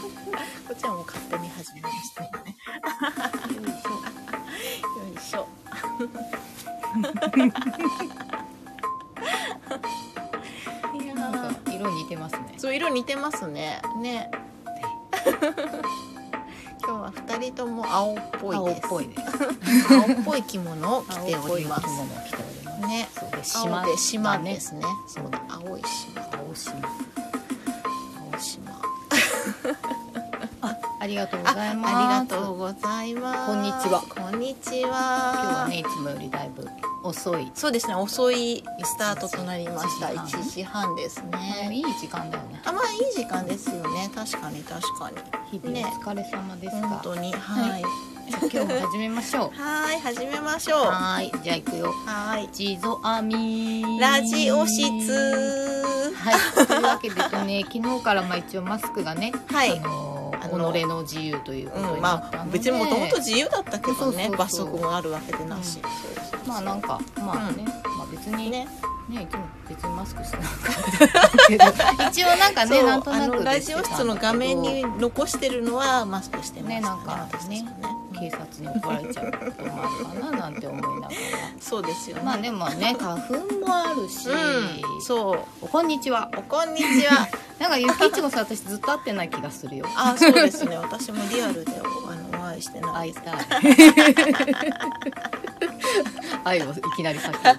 こっちはもう勝手に始めましたよね。よいしょ。いやなんーか色似てますね。そう色似てますね。 ね。今日は二人とも青っぽい青でっす。ぽいです。青っぽい着物を着青てっぽおりい着ます。物を着ております。ね。そうです。青で島だでね。すね。そうだ青い島青島。青島。ありがとうごあざいます。ありがとうございます。こんにちはこんにち今日はは。ねいつもよりだいぶ遅い。そうですね。遅いスタートとなりました。 1時半一時半ですね、ね。いい時間だよね。あまあいい時間ですよね。確かに確かに。日々お疲れ様ですが、本当にはいじゃあ今日も始めましょう。はい始めましょう。ははーい、じゃあ行くよ。い。地蔵編み。ラジオ室。はい、というわけでとね、 昨日からまあ一応マスクがね、はいあのーあの己の自由ということうんになまったあので、別にもともと自由だったけどねそうそうそう罰則もあるわけでなし。まあなんかまあね、まあ別にね、ね。ねいつも別にマスクしてなかったけど、一応なんかね、そうなんとなあのくラジオ室の画面に残してるのはマスクしてましたねねなんか私たちも警察に怒られちゃうこともあるかななんて思いながそうですよら、ねまあでもね、 花粉もあるし、うんそうおこんにちは。おこんにち はなんかゆきいちごさん私ずっと会ってない気がするよ。あそうですね私もリアルでおあのお会いしてない会いです たい。愛をいきなり叫ぶ。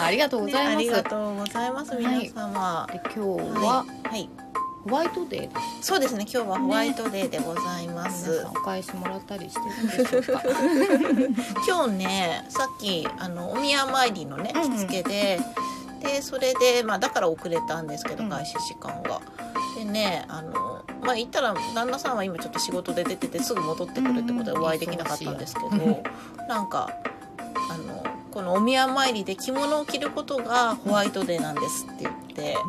ありがとうございまねありす。がでとうございます皆様今日ははい、はいホワイトデーです。そうですね今日はホワイトデーでございます、皆さんお返しもらったりしてるんでしょうか。今日ねさっきあのお宮参りのねうんうん着付けで、でそれで、まあ、だから遅れたんですけどうん開始時間が。でねあのまあ行ったら旦那さんは今ちょっと仕事で出ててすぐ戻ってくるってことでうんうんお会いできなかったんですけど、忙しいよなんかあのこのお宮参りで着物を着ることがホワイトデーなんですって言って。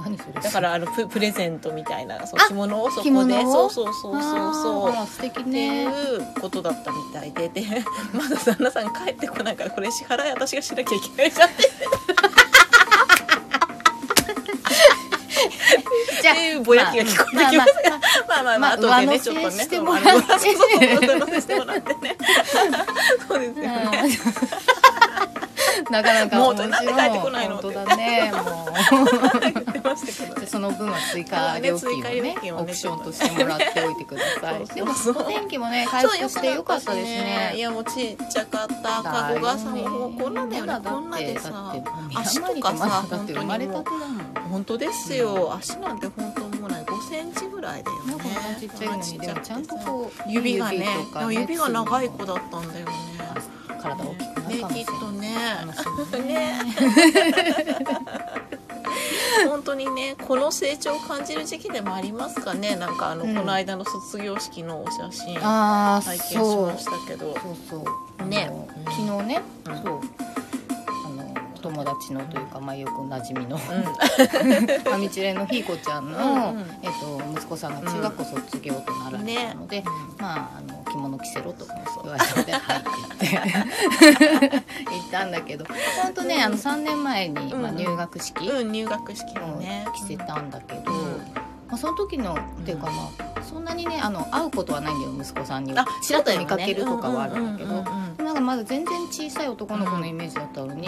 何それ。だからあのププレゼントみたいなそうあ着物をそ着こで物そうをそうそうそうあそうーあら素敵っていね。うことだったみたいでで まだ旦那さん帰ってこないからこれ支払い私がしなきゃいけないじゃんってじゃあいうぼやきが聞こえてきまあすがまあまあまあ まあ後でねちょっ上と乗ねせして そうもあのそうそうそう上乗せしてもららってってね そうですよまあまあねうんなかなかもう面大人白い。なんで帰ってこないの本当だね。もう。 言ってましたけどでその分は追加料金をね追ね加料金をねオプションとしてもらっておいてくださいそうそうでもお天気もね回復してよかったですねいやもうちっちゃかった加護川さんももうこんなだよねこんなでだっさてだって足とかさ山にだって生まれたてだもん本当ですよ足なんて本当もうない5センチぐらいだよねなんかこんなちっちゃいのにでもちゃんとこう指がねとかね指が長い子だったんだよね体大きくなるねかもきっしれとないね楽しみ ね本当にねこの成長を感じる時期でもありますかねなんかあの、うんこの間の卒業式のお写真ああ拝見しそうましたけどそうそうねあのうん昨日ねうんそうあのお友達のという かまあよくおなじみのうんファミチレのひーこちゃんうのんうん、えっと息子さんが中学校卒業となられたので、まああの着物着せろと言われて「 はい」って言って行ったんだけど本当ねあの3年前に、まあ、うん入学式うをん、入学式のね着せたんだけど、うんまあ、その時のっていうかまあそんなにねあの会うことはないんだよ息子さんには。ちらっと見かけるとかはあるんだけど。うんうんうんうんなんかまだ全然小さい男の子のイメージだったのに、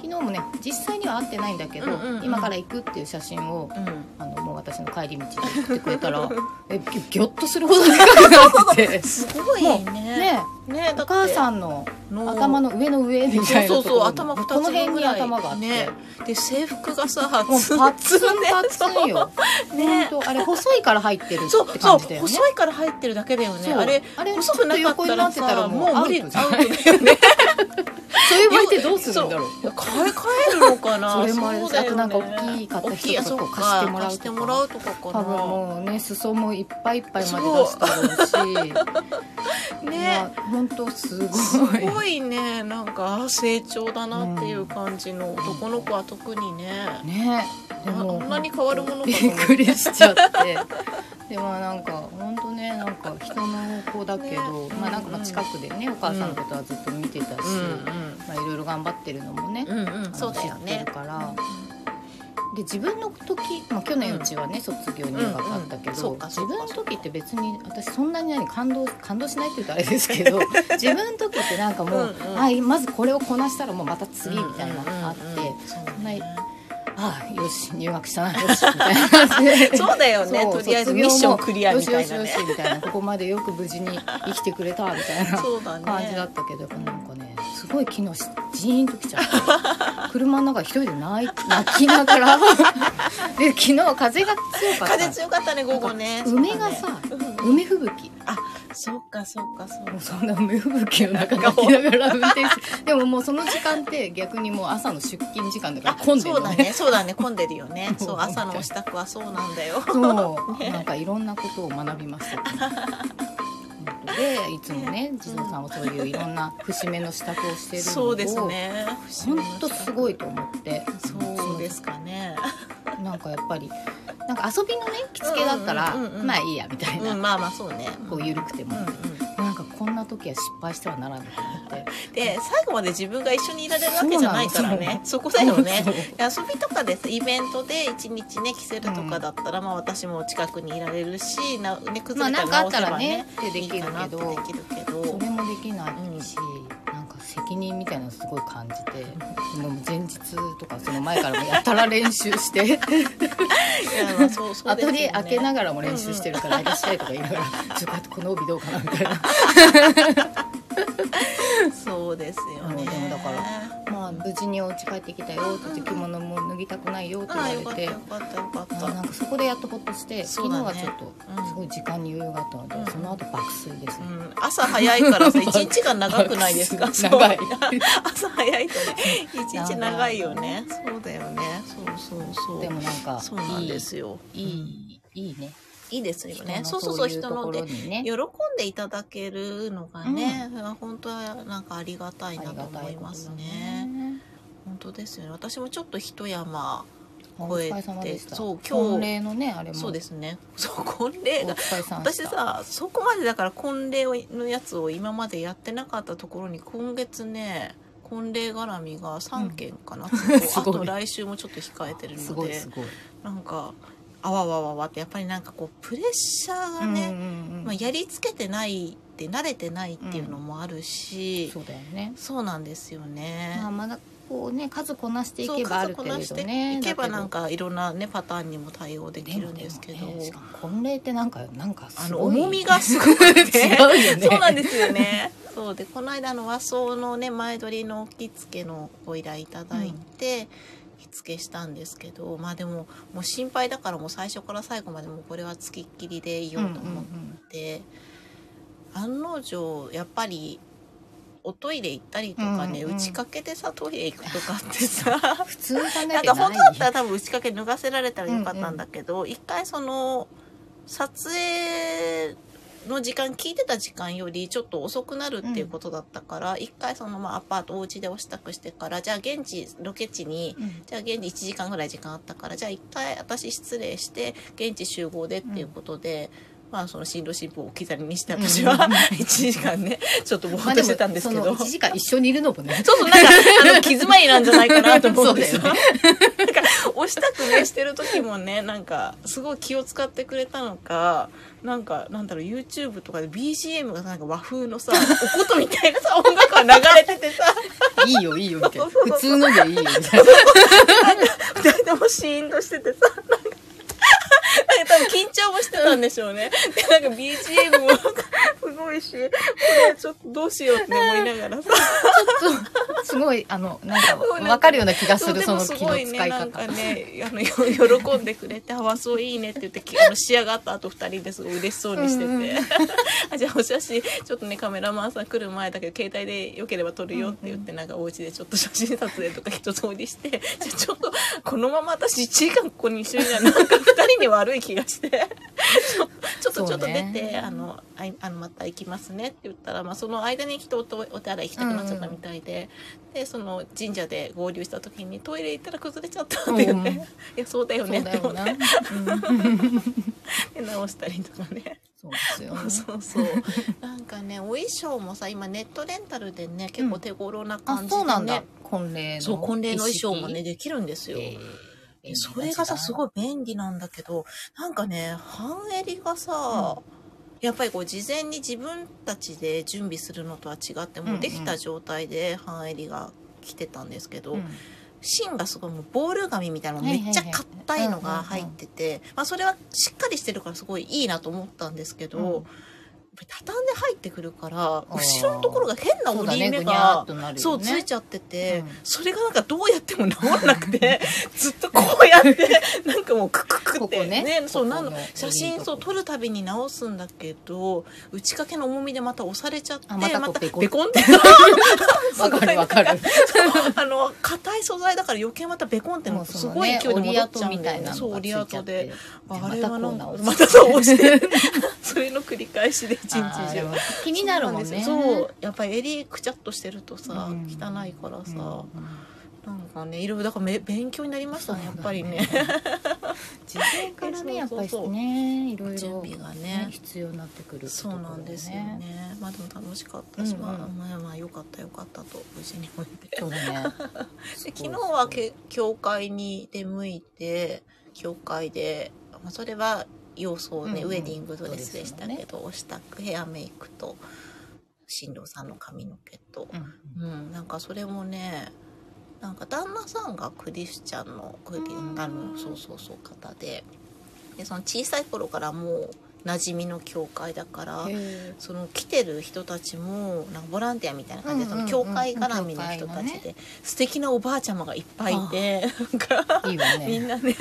昨日もね実際には会ってないんだけうど、んうんうん今から行くっていう写真をうんうんあのもう私の帰り道で送ってくれたらえぎょぎょっとするほ どでかくなっててねすごいねねお母んさんのの頭の上の上みたいなそうとそうそうこ頭二ろにつこの辺分ぐにらい頭があって、ねで制服がさもうパッツンツンねパッツンよ、ねほんとあれ細いから入ってるそっうてそう感じだよね細いから入ってるだけだよねそうあれあれ細くなかったらちょっと横になってたらさもうもう無理アウトじアゃウんトだよねそういう場合ってどうするんだろういや買い替えるのかな それもあれうだよねあとなんか大きい買った人大きいあとかそっ貸してもらうとか貸してもらうとかかな多分もうね裾もいっぱいいっぱいまで出したろうし ね本当すごいすごいねなんかあ成長だなっていう感じの男の子は特にねねであもんなに変わるものかと思っびたっくりしちゃってでもなんか本当ねなんか人の子だけど、ねまあなんかまあ近くでねお母さんのことはずっと見てたし、うんまあいろいろ頑張ってるのもね、うんうんうんあのそうだよ知っねてるから、で自分の時、まあ、去年うちはね、卒業入学あったうんけど、うんそうかそ自うか分の時って別に私そんなに何感動感動しないって言うとあれです けど自分の時ってなんかもう、うんうんあまずこれをこなしたらもうまた次みたいなのがあって、うんうんうんああよし入学したなよしみたいな感じでそうだよねそうとりあえず卒業ミもッションクリアみたいなよねしよしよしみたいなここまでよく無事に生きてくれたみたいなそうだね感じだったけど、なんかねすごい機能しジーンときちゃった車の中一人で泣い 泣きながら で昨日風が強かった風強かったね午後ね梅がさそうだねうん梅吹雪そうかそうかそうもうかそんな梅吹雪の中泣きながら運転してでももうその時間って逆にもう朝の出勤時間だから混んでるそのうだねねそう だね混んでるよねそうもう朝のお支度はそうなんだよそう、なんかいろんなことを学びました。で、いつもね、地蔵さんはそういういろんな節目の支度をしているの を。そうですね本当すごいと思って。そうですかねなんかやっぱり、なんか遊びのね、着付けだったら、うんうんうんうんまあいいやみたいな、うんまあまあそうねこう緩くてうも。んうんなんかこんな時は失敗してはならないと思って。で最後まで自分が一緒にいられるわけじゃないからそうなねのそこだよねそう遊びとかですイベントで一日ね着せるとかだったら、まあ私も近くにいられるしな、ね、ま崩あれたらなんかあ直ったせらばねね、ってでいいきるかなけってどで。きるけどそれもできないし、なんか責任みたいなのすごい感じて、もう前日とかその前からもやたら練習して。いやまあそうそうアですよトリエね開けながらも練習してるから、いらっしゃいとか言いながら、ちょっとこうやってこの帯どうかなみた いな。そうですようねんでもだからまあ、無事にお家帰ってきたよって、着物も脱ぎたくないよって言あわあよかっれたよ。てかったよかっあたなんかそこでやっとほっとして、そう昨日だねはちょっとうん、すごい時間に余裕があったので、うんその後爆睡ですうね。ん、朝早いからさ 一日が長くないですかそう 長い朝早いとね一日長いよねそうだよねそうそうそう でもなんかそうな、んいいで、すよいい、いいね。いいですよね人そのうそうそうい人とこのろでにね喜んでいただけるのがね、本当はなんかありがたいありなとがた思いいことまだすね。。本当ですよね私もちょっと一山お疲れ様でした。そう今日婚礼のね、あれも。。そうですすねそう婚礼おが疲れさんでし私た。さそこまでだから婚礼をのやつを今までやってなかったところに今月ね婚礼絡みが3件かな、 すあごいと来週もちょっと控えてるすのごいですごい。なんかあわわわわってやっぱりなんかこうプレッシャーがね、うんうんうんまあ、やりつけてないって慣れてないっていうのもあるし、そうだよね。そうなんですよね。まあ、まだこうね数こなしていそうけばあるけこれどなねしていけばなんかかいろんなねパターンにも対応できるんですけど、しかも婚礼ってなんかなんかあすのごい重みがすごくて 違うよねそうなんですよね。そうでこの間の和装のね前撮りの着付けのご依頼いただいて、着付けしたんですけどまあでももう心配だからもう最初から最後までもうこれはつきっきりでいようと思って、案の定やっぱりおトイレ行ったりとかね、うんうんうん打ち掛けでさトイレ行くとかってさ普通じゃななんきかゃない本当だったら多分打ち掛け脱がせられたらよかったんだけど、一回その撮影の時間聞いてた時間よりちょっと遅くなるっていうことだったから、一回そのまあアパートお家でお支度してからじゃあ現地ロケ地にうんじゃあ現地1時間ぐらい時間あったからじゃあ一回私失礼して現地集合でっていうことで。まあその新郎新婦を置き去りにして私はうんうんうん1時間ねちょっとぼまーあっとでしもてたんですけど、その1時間一緒にいるの もねそうそう、なんか、あの、気詰まりなんじゃないかなと思うんですよ。そうだなんか、お支度ね、してる時もね、なんか、すごい気を使ってくれたのか、なんか、なんだろう、YouTube とかで BGM がなんか和風のさ、おことみたいなさ、音楽が流れててさ、いいよいいよみたいなそうそうそう普通のでいいよみたいな二人ともシーンとしててさ、なんか、なんか多分緊張もしてたんでしょうね。で、なんか BGM もなんか すごいし、これちょっとどうしようって思いながらさ、そうすごいあのなん かそうなんかわかるような気がすそうるでそものす気ごのい使ねいなんか方ねあのよ 喜んでくれて「あわそういいね」って言ってきあの仕上がった後二人ですごい嬉しそうにしてて、うんうん あじゃあお写真ちょっとねカメラマンさん来る前だけど携帯でよければ撮るよって言って、なんかお家でちょっと写真撮影とか一通りしてじゃあちょっとこのまま私1時間ここに一緒にいたらなんか二人に悪い気がして ちょちょっとちそょっうと出て、ねあのあいあのまた行きますねって言ったら、まあ、その間にきっとおとお手洗い行きたくなっちゃったみたいで。でその神社で合流した時にトイレ行ったら崩れちゃったって言って、う んいやそうだよそねうっだて思よっなてうんで直したりとかね、そうですよ ねそうそうなんかねお衣装もさ今ネットレンタルでね結構手頃なあ感じで、ねそうなんだ婚礼のそう婚礼の衣装もね一式できるんですよ、えーえそれがさ、すごい。い便利なんだけど、なんかね、半襟がさ、やっぱりこう事前に自分たちで準備するのとは違って、もうできた状態で半襟が来てたんですけど、うん芯がすごいもうボール紙みたいなのはめいはいはっいちゃ硬いのが入ってて、まあそれはしっかりしてるからすごいいいなと思ったんですけど、うんやっぱり畳んで入ってくるから、ー後ろのところが変なそうだ折りね、目ぐにゃーがっ、となるよね。そう、ついちゃってて、うんそれがなんかどうやっても治らなく て、ずっとこうやって、 なんかもうクククって、ここねそう、こなこのの、写いい真とこそう撮るたびに直すんだけど、打ち掛けの重みでまた押されちゃって、あまたこうペコンペコンって。わ かるわかる。あの、硬い素材だから余計またベコンっての、すごい勢いで折り戻っちゃ跡うみんだたよいね。なそのう、が折つりいちゃ跡ってで。ああれれははなんか、ままたたそそう押う押ししてて、それの繰り返しで一日中。気になるもんね。そうなんですよそうやっぱり襟くちゃっとしてるとさ、うん汚いからさ、うんなんかねいろいろだからめ勉強になりましたねやっぱりね。 自分からねやっぱりねいろいろ準備がねね。必要になってくるってとそこうろなんですよね。ね。まあでも楽しかったし、うんうんまあまあまあ良かった良かったと無事に終えて。そうだね。 で昨日はけ教会に出向いて教会で、まあ、それは要素をね、うんうんウェディングドレスでしたドけレど、お支度ヘアメイクと新郎さんの髪の毛と、うんうん、なんかそれもねなんか旦那さんがクリスチャンのクリうんあのそうそうそう方ででその小さい頃からもう馴染みの教会だからへえその来てる人たちもなんかボランティアみたいな感じで、うんうんうんその教会絡みの人たち教会で、素敵なおばあちゃまがいっぱいいてなんかいいわみんね。なね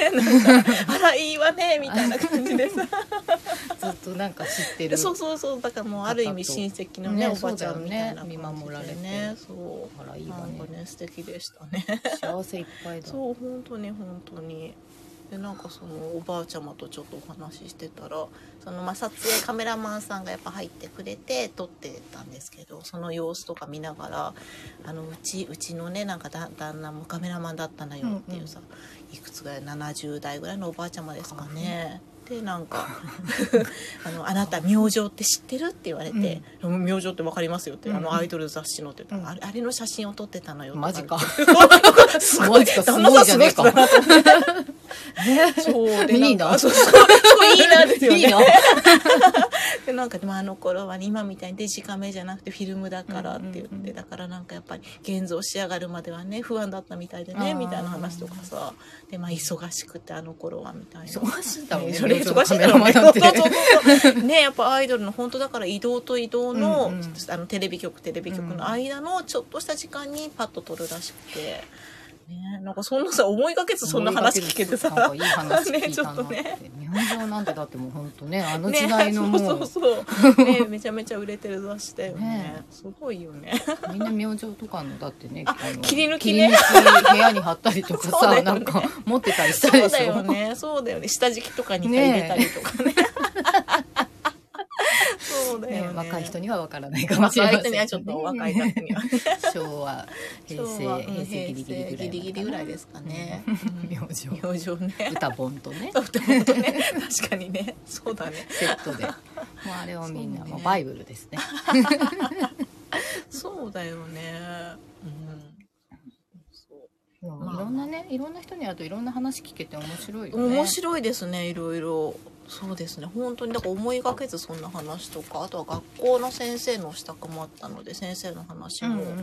なんかあらいいわねみたいな感じ でさずっとなんか知ってる。そうそうそうだからもうある意味方と親戚のねねおばあちゃんみたいな感じで、ねそうだよね見守られてそう。あらいいなわんねか。ね素敵でしたね。幸せいっぱいだ。そう本当に本当に。でなんかそのおばあちゃまとちょっとお話ししてたらそのまあ撮影カメラマンさんがやっぱ入ってくれて撮ってたんですけどその様子とか見ながらあのうちうちのねなんかだ旦那もカメラマンだったのよっていうさ、いくつぐらい70代ぐらいのおばあちゃまですかね。でなんか あの「あなた明星って知ってる?」って言われて「うん明星ってわかりますよ」って「あうんうのんアイドル雑誌の」って言ったら、あうれあれの写真を撮ってたのよ」マジか。 すすごいかす旦那さごんいじゃねえか。すごい人だなと思ねってそうでいいんかな。そうそうそういいなですよねいいな。 でなんかでもあの頃はね今みたいにデジカメじゃなくてフィルムだからって言って、うんうんうんだからなんかやっぱり現像し上がるまではね不安だったみたいでねあーみたいな話とかさでまあ忙しくてあの頃はみたいな。忙しいだろうね。それ忙しいだろうね。カメラマンなんてそうそうそうそうねやっぱアイドルの本当だから移動と移動の,、うんうんあのテレビ局テレビ局の間のちょっとした時間にパッと撮るらしくて、ねなんかそんなさ思いがけずそんな話聞けてさなんかいい話聞いたなって。 ねちょっ日本上なんてだってもう本当ねあのね時代のもうそうそうそう、 ね、めちゃめちゃ売れてる雑誌だよねねすごいよねみんな明星とかのだってねあの切り抜きね切り抜き部屋に貼ったりとかそうだよさ、ねなんか持ってたりしたそでうだしよょ。ねそうだよね下敷きとかに入れたりとかねそうだよねね若い人ににはわからないか若もしれないい人にはちょっと若い方には昭和平成昭和うん平成ギリギリぐらいギリギリぐらいでですかね。明星明星ね。歌本 とね歌ってもとね。確かにね。そうだね。セットでもうあれはみんなそうねもうバイブルですねそうだよね。うん。そでもまあいろんなねいろんな人に会うといろんな話聞けて面白いようね面白いですね。いろいろ。そうですね。本当にだから思いがけずそんな話とか、あとは学校の先生の支度もあったので、先生の話うんも、やっ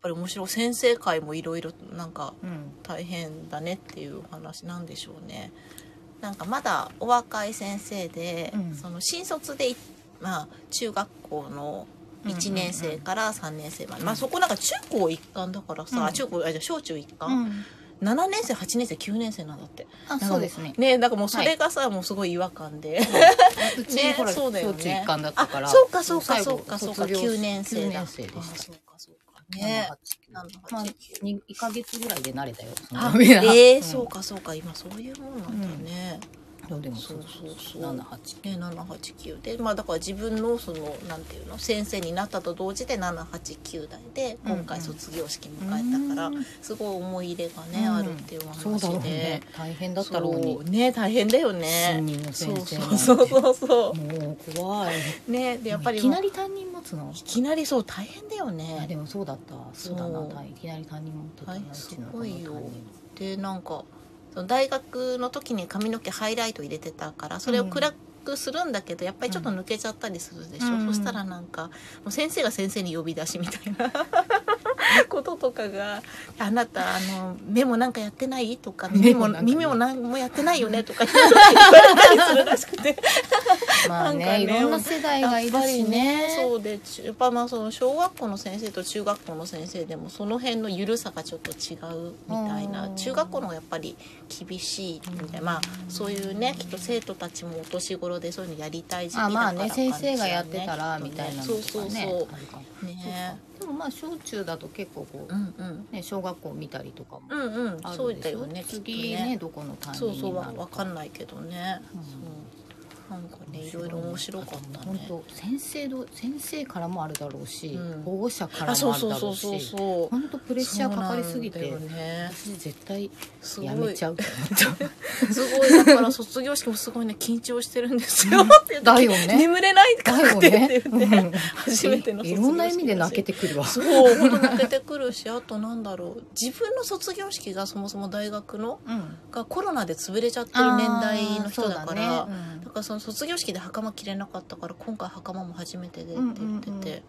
ぱり面白い。先生会もいろいろなんかうんうん大変だねっていう話なんでしょうね。なんかまだお若い先生で、うんその新卒でい、まあ、中学校の1年生から3年生まで、まあ、そこなんか中高一貫だからさ、うん中高あじゃあ小中一う貫、ん7年生8年生9年生なんだってあそうですねねだからもうそれがさ、もうすごい違和感で。うち、ほらそうだよね小中一貫だったからあそうかそうか最後そうかそうか卒業9年生だ9年生でしあたそうかそうかねまなんだあ2ヶ月ぐらいで慣れたよそのあみんなえーんそうかそうか今そういうもんなんだね、そうでもそそううそうそう7、8ね、789でまあだから自分のそのなんていうの先生になったと同時で789代でうんうん今回卒業式迎えたから、うんすごい思い入れがね、うんあるっていうお話でそうだろうね大変だったろうにそうね大変だよ新ね任のそ先う生そうそうそうそもう怖いうねでやっぱりいきなり担任持つのいきなりそう大変だよあでねもそうだったそうだそうなたいきなり担任持ってたなはういちのす子ごのいよ担任でなんかその大学の時に髪の毛ハイライト入れてたからそれを暗くするんだけどやっぱりちょっと抜けちゃったりするでしょ、うんそしたらなんかもう先生が先生に呼び出しみたいなこととか が「あなたあの目もなんかやってない?」とか「耳も目もなんかね耳も何もやってないよね」とか言われたりするらしくて。まあねなんかねいろんな世代がいるしねそうでちやっぱまあその小学校の先生と中学校の先生でもその辺の緩さがちょっと違うみたいなうん中学校の方がやっぱり厳しいみたいなまあそういうねきっと生徒たちもお年頃でそういうのやりたい時期だあからまあねかもしれ先ない生がやってたらきっとみたいなのそとうそかうねそあるかもうねそうかでもまあ小中だと結構こううんうんね小学校見たりとかもうんうんあそるうでだしよょねきっと次ねどこの担そう任そうにわなるわかんないけどね、うんそうなんかねいろいろ面白かったね本当先生ど先生からもあるだろうし、うん保護者からあそもうあるそうだろそううそうしそう本当プレッシャーかかりすぎて、そうなんだよね私絶対すやごめいちゃうとすごいだから卒業式もすごいね緊張してるんですよって 言ってだよね眠れないかだよってってね言って、初めてのう卒業式だんしいろんな意味で泣けてくる わそう本当泣けてくる しあとなんだろう自分の卒業式がそもそも大学のうんがコロナで潰れちゃってる年代の人だからだ,、あーそうだねからその卒業式で袴着れなかったから今回袴も初めてでって言ってて、うんうんうん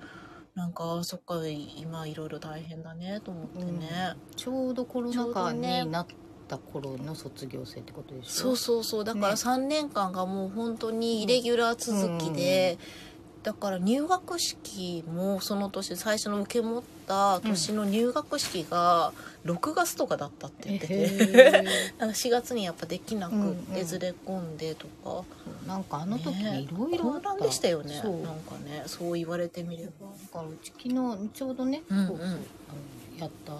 なんかあそっか今いろいろ大変だねと思ってね、うんちょうどコロナちょうど禍ねになった頃の卒業生ってことでしょそうそうそうだかねら3年間がもう本当にイレギュラー続きで、だから入学式もその年最初の受け持った年の入学式が6月とかだったって言ってて、へなんか4月にやっぱできなくうんてうんずれ込んでとか、ーなんかあの時ねいろいろあ混った乱でしたよねなそうんかねそう言われてみれば。だからうち昨日ちょうどね、うんうんそうそうあのやった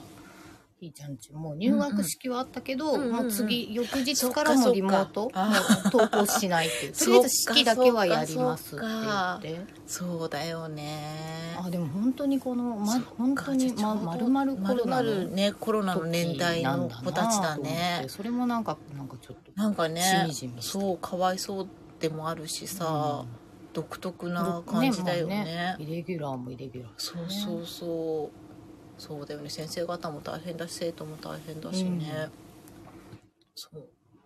ひーちゃんちも入学式はあったけど、うんうんもうう次翌日からもリモートそっもかう登校しないっていう そとっかりあえず式だけはやりますって言ってそうだよねあでも本当にこの、ま、本当にままるま丸るコロナの々ねコロナの年代の子たちだ時なんなと思っねてそれもなんかなんかちょっとなんかねしみじみしたそうかわいそうでもあるしさ、独特な感じだよねねもうイレギュラーもイレギュラーそうそうそうそうだよね先生方も大変だし生徒も大変だしね、うんそう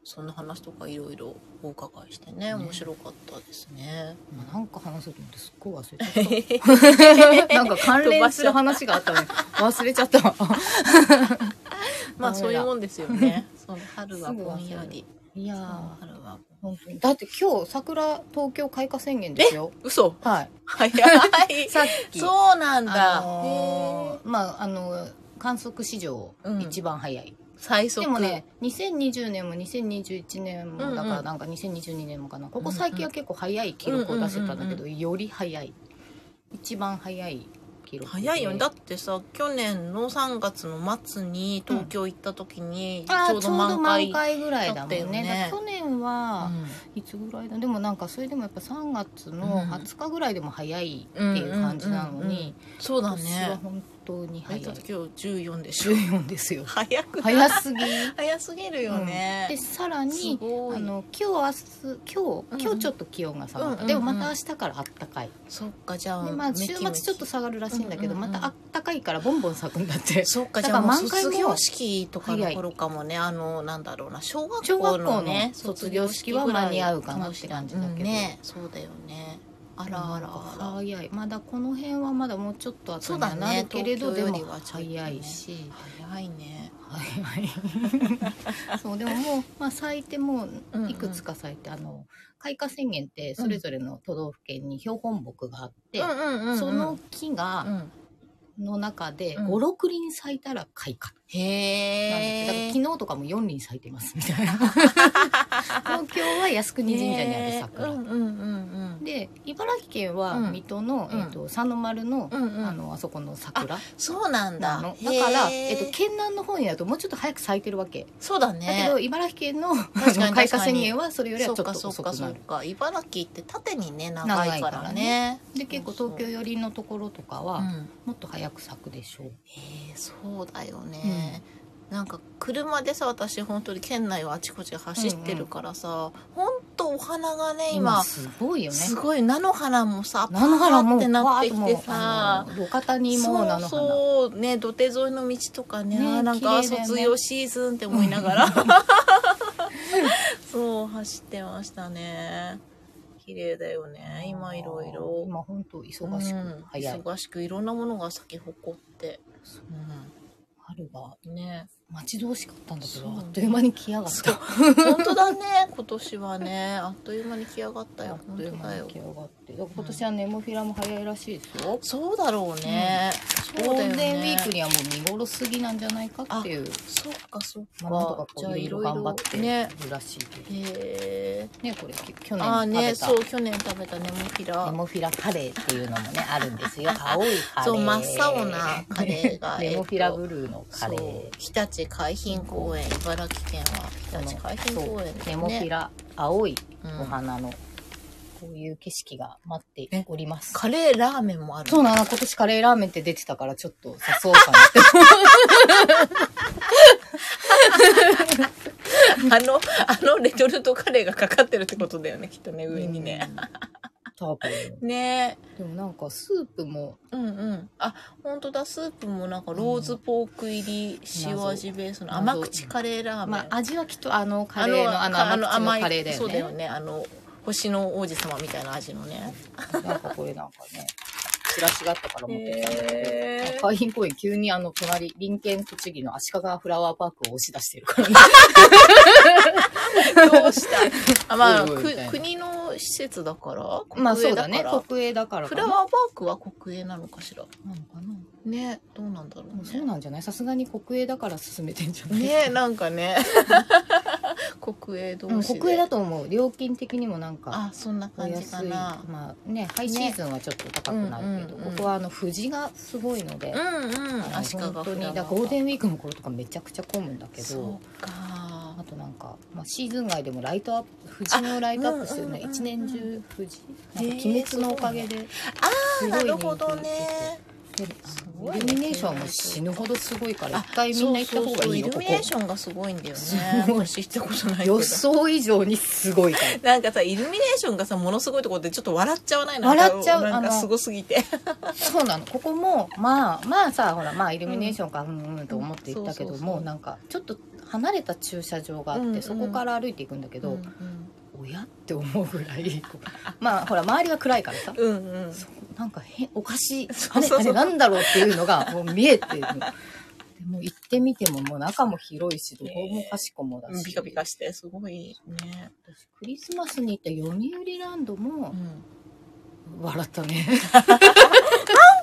そんな話とかいろいろお伺いしてねね面白かったです ねまあなんか話そうと思ってすっごい忘れちゃったなんか関連する話があったのに忘れちゃ ったわ。 まあダメだそういうもんですよ ねその春はすぐ忘ぼれるんやりいやそーの、春は本当に。だって今日桜東京開花宣言ですよ。嘘はい。早い さっき。 そうなんだ、あのーまあ、あの、観測史上うん一番早い。最速でもね、2020年も2021年も、うんうんだからなんか2022年もかな。ここ最近は結構早い記録を出せたんだけど、うより早い。一番早い記録で。早いよねだってさ去年の3月の末に東京行った時に、あちーょうちどょうど満満開開ぐらいだもだんったよね。ねだから去年うは、んいつぐらいだでもなんかそれでもやっぱ3月うのん20日ぐらいでも早いっていう感じなうのんうんうんうんにそうだ今年はね本当にえ早っいと今日14でしょ 14ですよ早くない 早すぎ早すぎるよね、でさらすにあごいの今日明日今うん日今日ちょっと気温が下がった、うんでもまた明日からあったかい、そっかじゃあでまあめきめ週き末ちょっと下がるらしいんだけど、うんうんうんまたあったかいからボンボン咲くんだってそっかだじかゃあらもう満開も卒業式とかの頃かもねあのなんだろうな小学小校学の校のねね卒業式は間に合うかなって感じだけどうんねそうだよねあらあらあら早いまだこの辺はまだもうちょっと後にはそうだなねるけれど、東京よでりもはちょっとね早いし早いねはいはいそうでももう、まあ、咲いてもうんうんいくつか咲いて、あの開花宣言ってそれぞれの都道府県に標本木があって、うんうんうんうんその木うが、んの中でうん56輪咲いたら開花なんだへってだからえ昨日とかも4輪咲いてます みたいな東京は靖国神社にある桜、うんうんうんうんで茨城県はうん水戸の、うんえっと佐野丸の,、うんうんあのあそこの桜そうなんなだのだから、へえっと、県南の方にだともうちょっと早く咲いてるわけそうだだけねど茨城県の確かにあの 開花宣言はそれよりはそうちょっとかそう遅かくそなうるか茨城って縦にね長いか長いかららねねで結構そうそう東京寄りのところとかうはんもっと早く咲くでしょうへえそうだよね、なんか車でさ私本当に県内をあちこち走ってるからさ、本当お花がね今今すごいよねすごい菜の花もさ菜の花もパーってなってきわてーっともうさあの路肩にもう菜の花そうそうね土手沿いの道とかねねあーなん綺か麗だよね卒業シーズンって思いなが らそう走ってましたね綺麗だよね今いろいろ今本当忙しく、うん早い忙しくいろんなものが咲き誇って、春がうん、ね待ち遠しかったんだけどそうあっという間に来やがっそたう本当だね 今年はねあっという間に来やがったあよっ本当という間だよに来やがってだから今年はネモフィラも早いらしいですよ、そうだろうね、ゴそうだーよルデンウィねークにはもう見頃過ぎなんじゃないかっていうそっかそっまあなんとかかこういろいろ頑張ってねるらしいけどねへえこれ去ああ年ね食そべう去年食べたネモフィたラネモフィラカレーっていうのもねあるんです よ青いカレーそう真っ青なカレーがネモフィラブルルーのカレー日立海浜公園茨城県は日立海浜公園ですネモフィねラ青いうんお花の、こういう景色が待っております。カレーラーメンもあるそうなの、今年カレーラーメンって出てたから、ちょっと誘おうかなって。あの、 あのレトルトカレーがかかってるってことだよね、きっとね、上にね。うん。多分。ねでもなんか、スープも、え。うんうん。あ、本当だ、スープもなんかローズポーク入り、塩味ベースの謎甘口カレーラーメン。まあ、味はきっとあのカレーの、あの、甘口のカレーだよね。そうだよね。あの、星の王子様みたいな味のね。なんかこれなんかね、チラシがあったから持ってきたんだ へけーど、海浜公園急にあの隣、林県栃木の足利フラワーパークを押し出してるからね。どうしたあ、まあ、おいおいみくたいな国の施設だから まあ国そ営うだだからね、国営だからフかラな。ワなーパークは国営なのかしら。のかなねどうなんだろうね。そうなんじゃないさすがに国営だから進めてんじゃない、ねえなんかね 国営う同ん、士で、国営だと思う料金的にもなんかあそんなお感じか安いなまあねハイシーズンはちょっと高くなうんるけど、うんうんここはあの富士がすごいので、うんうんあの足利本当にだからゴールデンウィークの頃とかめちゃくちゃ混むんだけそどうかあとなんか、まあ、シーズン外でもライトアップ富士のライトアップしてるあねうんうんうんうん一年中富士へなんーか鬼滅のおかげで、あすなごい人気るほどねですあのごいねイルミネーションも死ぬほどすごいからあ一回みんな行った方がいいよそうそうそうイルこミネーシこョンがすごいんだよねすごい私行ったことないけど予想以上にすごいからなんかさイルミネーションがさものすごいところでちょっと笑っちゃわないの笑っちゃうなんかあのすごすぎて そうなのここもまあまあさほらまあイルミネーションかうんうんと思って行ったけどそうそうそもうなんかちょっと離れた駐車場があって、うんうんそこから歩いていくんだけうど、んおやって思うぐらいこう まあほら周りが暗いからさうんうんなんか変おかしいそあうれそうあそれうなんだろうっていうのがもう見えてるの。でも行ってみてももう中も広いしどこもかしこもだうんし、ピカピカしてすごいね、私クリスマスに行った読売ランドうもん、笑ったね。なん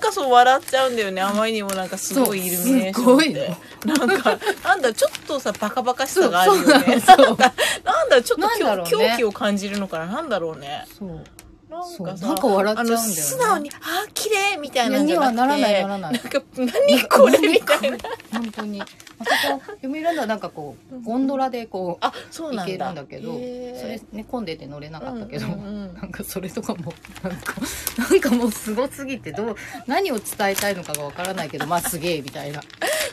かそう笑っちゃうんだよねあまりにもなんかすごいイルミネーションってそうなすんかなんだちょっとさバカバカしさがあるよねそうそうなのそうなんだちょっとなんだろうね狂狂気を感じるのかななんだろうねそうなんそうかさなんか笑っちゃあうんだのよね素直に「あー綺麗みたいなんにじゃなはくてならないならないんか何これみたいな本当にあそこ読売ランドはなんかこうゴンドラでこうあそうなんだ行けるんだけどへーそれね混んでて乗れなかったけど、うんうんうんなんかそれとかもなんかなんかもうすごすぎてどう何を伝えたいのかがわからないけどまあすげえみたいな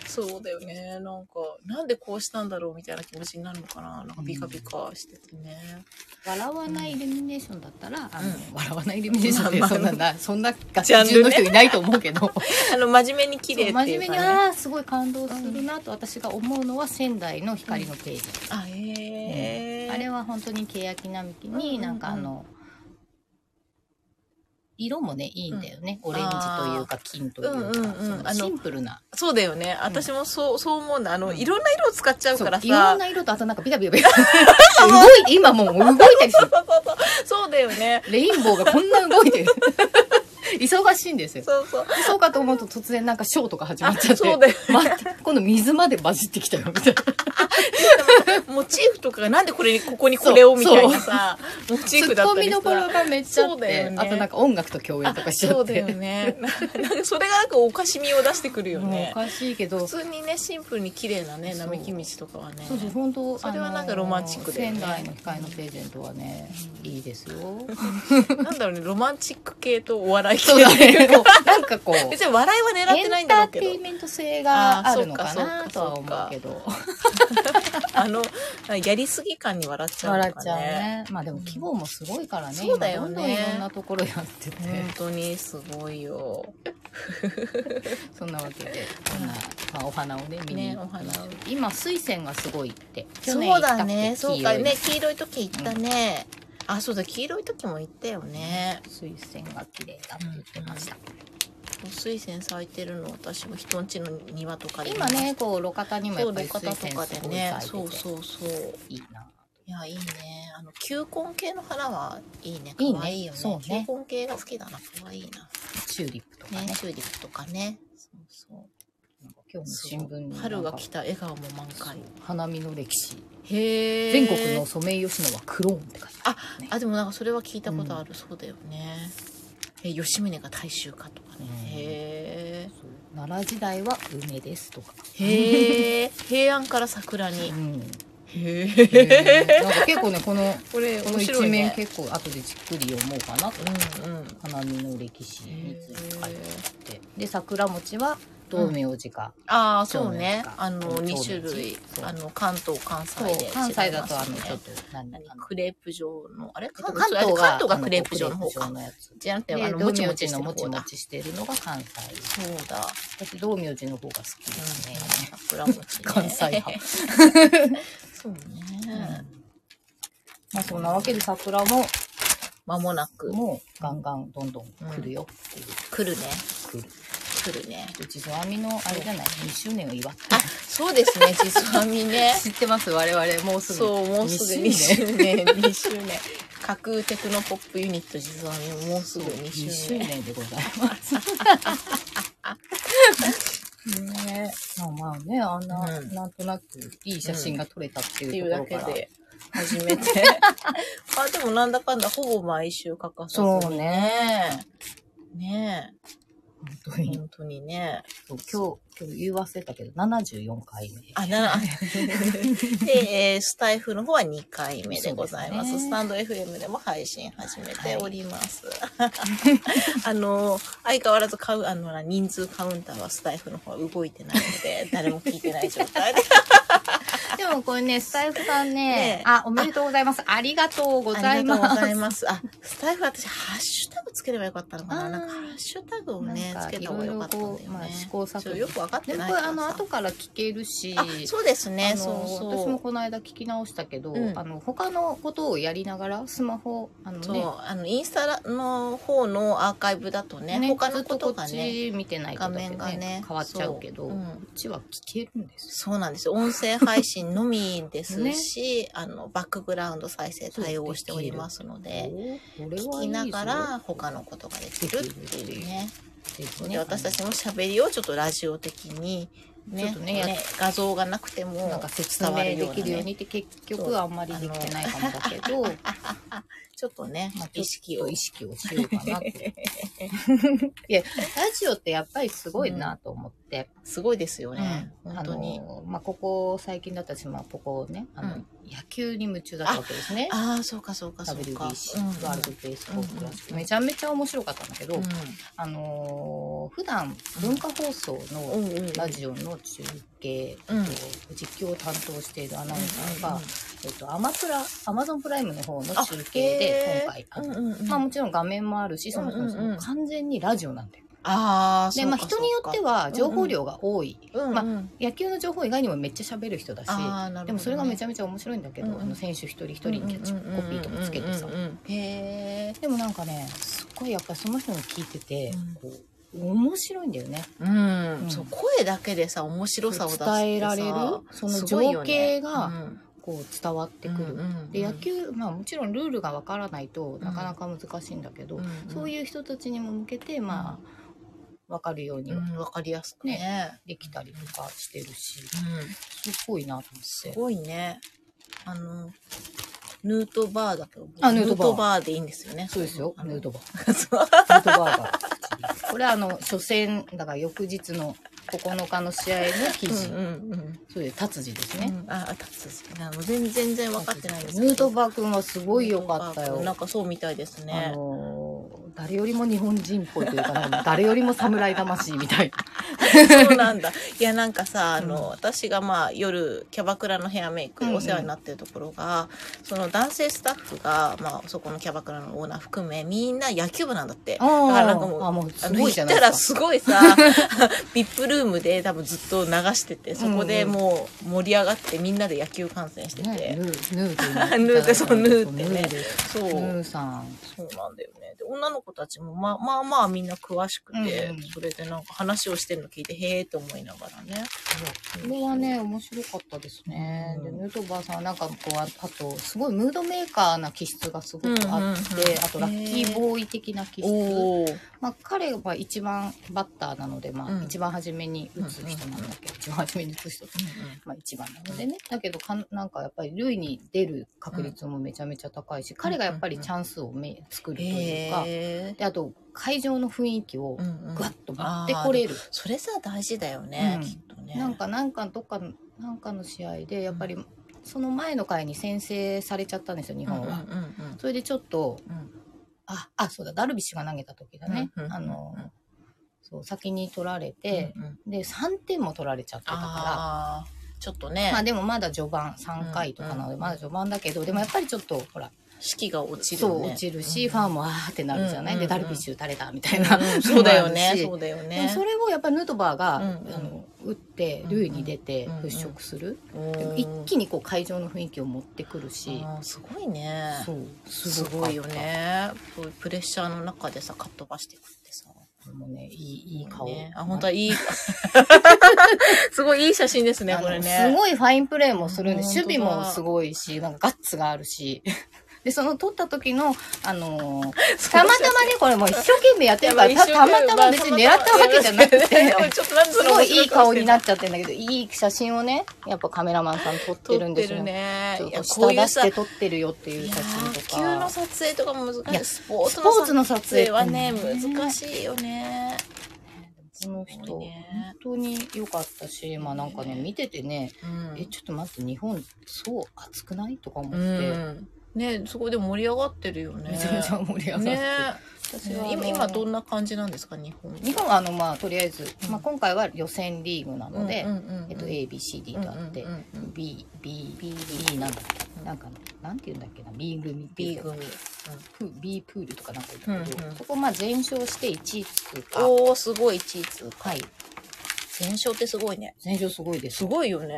そうだよねなんかなんでこうしたんだろうみたいな気持ちになるのかななんかビカビカしててね、笑わないイルミネーションだったら、あのう笑わないイルミネーションってまあまあそんなな、そんなガチ中の人いないと思うけど、あの真面目に綺そう麗ってい真面う目か、にね、ああすごい感動するなと私が思うのは仙台の光の定義、あへえ、あれは本当に欅並木うんうんうにんなんかあの、色もねいいんだよね、オレンジというか金というか、うんうんうんそのあのシンプルなそうだよね。私もそう、そう思うんだ。あの、うんいろんな色を使っちゃうそかうらいろさん。な色とあとなんかビタビ タビタ動いて今もう動いたりするそうそうそう。そうだよね。レインボーがこんな動いてる忙しいんですよそうそう。そうかと思うと突然なんかショーとか始まっちゃってあそうだよね待って今度水まで混じってきたよみたいなモチーフとかがなんでこれに、ここにこれをそうみたいなさ、モチーツフだッっコたりミさ。どころがめっちゃあそっうだて、よねあとなんか音楽と共演とかしちゃってそうだよね。なんかそれがなんかおかしみを出してくるよもうおね。かしいけど普通にね、シンプルに綺麗なね、そう並木道とかはね。そうそう本当それはなんかロマンチックだよね仙台 の光のプレゼントはね、いいですよなんだろうね、ロマンチック系とお笑いけそうだねどなんかこ う別に笑いは狙ってないんだろうけどエンターテインメント性があるのかあなーとそはうかそう思かうけどあのやりすぎ感に笑っちゃう笑とかねっちゃうねまあでも規模もすごいからねそうだよね今どんどんいろんなところやってて、本当にすごいよ。そんなわけでこんな、まあ、お花をね見にね、お花を。今水仙がすごいってそうだね、去そう年行ったっかけね、黄色い時行ったね。あ、そうだ、黄色い時も行ったよね。水仙が綺麗だって言ってました、水仙咲いてるの、私も人んちの庭とかで。今ね、こう路肩にもやそっう、ぱ路り水肩と仙かすでごいね。咲いててそうそうそう。いいないや、いいね。あの、球根系の花はいいね。いいね可愛いよね。そうね球根系が好きだな。可愛いな。チューリップとかねね、チューリップとかね。そうそなんか今う。日の新聞に春がなんか来た笑顔も満開。花見の歴史へえ。全国のソメイヨシノはクローンって書いてあるねあでもなんかそれは聞いたことある、そうだよねえ吉宗が大衆化とかね、うんへそう奈良時代は梅ですとか、えへえ 平安から桜うにん、へなえんか結構ねこ のこれこの面一白い面ね結構後でじっくり読もうかなとうんうん花見の歴史について書いてあってで桜餅は道明寺か、ああそうねそうねあのそう2種類そうあの関東関西そうで違いますね関西だとあのちょっと何何あのクレープ状のあれえっと関東あれ関東がクレープ状のクレ方ープ状かのやつじゃなくてであの道もち明もち寺してのるもち方もだちしてるのが関西そうだ、私道明寺の方が好きでうん、すね、桜餅、ね、関西派そうね、まあそんなわけで桜も間もなくもうガンガンどんどん来るよっていう、来るね来る来るね地蔵編みのあれじゃない2周年を祝ってあそうですね実はみね知ってます我々もうす ぐそうもうすぐ2 2周周年2周年架空テクノポップユニット実はみもうすぐ2 2周周年年でござい ます。ねえ、まあまあね、あんな、うんなんとなくいい写真が撮れたってっていいううとだこけろから、で初めて あでもなんだかんだほぼ毎週欠かさずそうにね、ね本当えに、本当にねそう今日、今日言い忘れたけど、74回目。あなら で、えースタイフの方は2回目でございますそうですスねタンド FM でも配信始めております、 あの相変わらず買うあの人数カウンターはスタイフの方は動いてないので 誰も聞いてない状態ででもこれね、スタイフさんね、ねえあ、おめでとうございます。ありがとうござありいがとます。うございますあスタイフ私ハッシュタグつければよかったのかあーななんかハッシュタグをねなんつかけた方がよかったんだよいねろいろこうまあ試行錯誤ちょっとよくわかってでもないこかれらさあの、後から聞けるし、あそうですねあのそうそう私もこの間聞き直したけど、うんあの他のことをやりながらスマホあのそう、ねあのインスタの方のアーカイブだとね他のことがずっねこっち見てないと画だけ、ね、面がね変わっちゃうけどそうう,、んちは聞けるんですそうなんですよ音声配信のみです し、あのバックグラウンド再生対応しておりますのでおこれ聞はいきいぞながら他のことができるっていうねぜひねで私たちのしゃべりをちょっとラジオ的にねちょっとねやっ画像がなくてもなんか説明できるようにって結局あんまりそうできてないかもだけど、ちょっとね、まあ、意識を意識をしようかなと。いや、ラジオってやっぱりすごいなと思って。すごいですよね、うん本当にあのまあ、ここ最近だったし、まあ、ここねあの、うん野球に夢中だったわけですねああそうかそうかそうか WBC、ワールドベースボールクラシック、めちゃめちゃ面白かったんだけど、うんあのー普段文化放送のうんうんラジオの中継、うんえっと実況を担当しているアナウンサーが、うんうんえっと、アマプラアマゾンプライムの方のあ中継で今回あの、うんうんうんまあ、もちろん画面もあるしそもそもそうんうんうのん完全にラジオなんだよ。ああ、でまあ、人によっては、は情報量が多い、うんうんまあ野球の情報以外にもめっちゃ喋る人だし、あーなるほどねでもそれがめちゃめちゃ面白いんだけど、うんうんあの選手一人一人にキャッチコピーとかつけてさ、うんうんうんうんへえ、でもなんかねすっごいやっぱりその人の聞いてて、うんこう面白いんだよねうんうんそう声だけでさ面白さを出すってさ伝えられるそのすごいよ情ね景がうんこう伝わってくる、うんうんうんで野球、まあ、もちろんルールがわからないとなかなか難しいんだけど、うんうんそういう人たちにも向けてまあわかるようにうんわかりやすくねできたりとかしてるし、うん、すごいなと思すって。ごいねあのヌートバーだけどあヌートバーでいいんですよねそうですよ、あヌのードバ ー。そうヌートバーガー。こ れはあの、初戦、だから翌日の9日の試合の記事。うんうんうんそういう達治ですうね。んああ達すあの全然全然分かってないんですヌーけどトバー君はすごい良かったよ。なんかそうみたいですあねの誰よりも日本人っぽいというか、なんか誰よりも侍魂みたい。そうなんだ。いや、なんかさ、あの、私がまあ夜、キャバクラのヘアメイクでお世話になってるところが、その男性スタッフが、まあそこのキャバクラのオーナー含め、みんな野球部なんだって。だあかーらなんかもう、あもうすあのごい行じゃっないたでらすすごいさ、ビップルームで多分ずっと流してて、そこでもう盛り上がってみんなで野球観戦してか。て。ね、ヌー、ヌーって 言ヌーってそうヌーってねヌーですそう。ヌーさん。そうなんだよね。で、女の子たちも、まあまあまあみんな詳しくて、うんうんそれでなんか話をしてるの聞いて、へえって思いながらね。これはね、面白かったですね。うんで、ヌートバーさんはなんかこう、ああと、すごいムードメーカーな気質がすごくあって、うんうんうんあとラッキーボーイ的な気質。おー。まあ、彼は一番バッターなので、まあ、うん一番初めに打つ人なんだけど、一番初めに打つ人って、まあ、一番なのでね。だけどかん、なんかやっぱり塁に出る確率もめちゃめちゃ高いし、彼がやっぱりチャンスをめ作るというか、へえ。であと、会場の雰囲気をうんうんぐわっと持ってこれる。それさ、大事だよね、うんきっとね。なんか、なんかどっかの、なんかの試合で、やっぱり、その前の回に先制されちゃったんですよ、日うんうん本うんうは。ん。それでちょっと、うんあ、あ、そうだ、ダルビッシュが投げた時だね。うんうんうんうんあの、そう、先に取られて、うんうんで、3点も取られちゃってたから、ああ、ちょっとね、まあでもまだ序盤、3回とかなのうんうで、んまだ序盤だけど、でもやっぱりちょっと、ほら、士気が落ちるそよね。う落ちるし、うんファンもあーってなるじゃない、うんうんうんで、ダルビッシュ打たれたみたいな、うんそうだ よね。のそもあるしうだよでもね。それをやっぱりヌートバーが、うんうんあの打って塁に出てうんうん払拭する、おでもー一気にこう会場の雰囲気を持ってくるし、あーすごいね。そうすかっごたいよね。そういうプレッシャーの中でさ、かっ飛ばしていくってさ。これもねいいいい顔、ね、あ、本当はいい。 すごいいい写真ですね、あのこれね。すごいファインプレーもするんで、うん守備本当もだすごいし、なんかガッツがあるし。 で、その取った時の、あ のーそうたまたまね、これもう一生懸命やってるから、いたやまあたまたま別に狙ったわけじゃなく一生懸命やりましたけど て、ねちょっとなんかすごいいい顔になっっちゃってるんだけど、いい写真をね、やっぱカメラマンさん撮っててるるんんでですすよ。よね。ちょっいやとこ下ういう出しさて撮ってるよっていういや写真とーか。野球の撮影とかも難いしい。やスポーツスポーツのの撮撮影影はね、うん難しいよね。この人、すごい本ね当に良かったし、まあなんかね、見ててね、うんえ、ちょっと待って、日本、そう暑くないとか思って、うん。ね、そこで盛り上がってるよね。めちゃめちゃ盛り上がって。ね。私はあの今、今どんな感じなんですか、日本。日本はあのまあとりあえず、うんまあ、今回は予選リーグなので、うんうんうんうんえっと、ABCD とあって、うんうんうんうん B B B B なんだっけなんかなんて言うんだっけな B 組ってい B うか組。プ B プールとかなんか言うんだけど、うんうんそこまあ全勝して1位通過おおすごい1位通過。はい全勝ってすごいね。全勝すごいですすごいよね。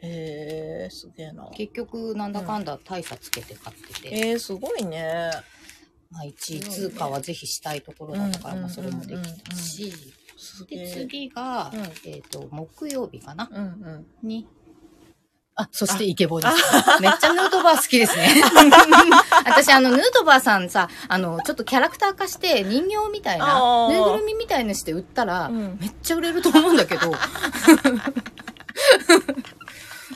へえすげえな。結局なんだかんだ大差つけて勝ってて、えー、すごいね。まあ、1位通過はぜひしたいところだったから、うんまあ、それもできたし、すげでえ。次が、うんえっと木曜日かな、うんうん。に。あ、そしてイケボです。めっちゃヌートバー好きですね。 私、あの、ヌートバーさんさ、あの、ちょっとキャラクター化して人形みたいあな、ーぬいぐるみみたいにして売ったら、うんめっちゃ売れると思うんだけ ど。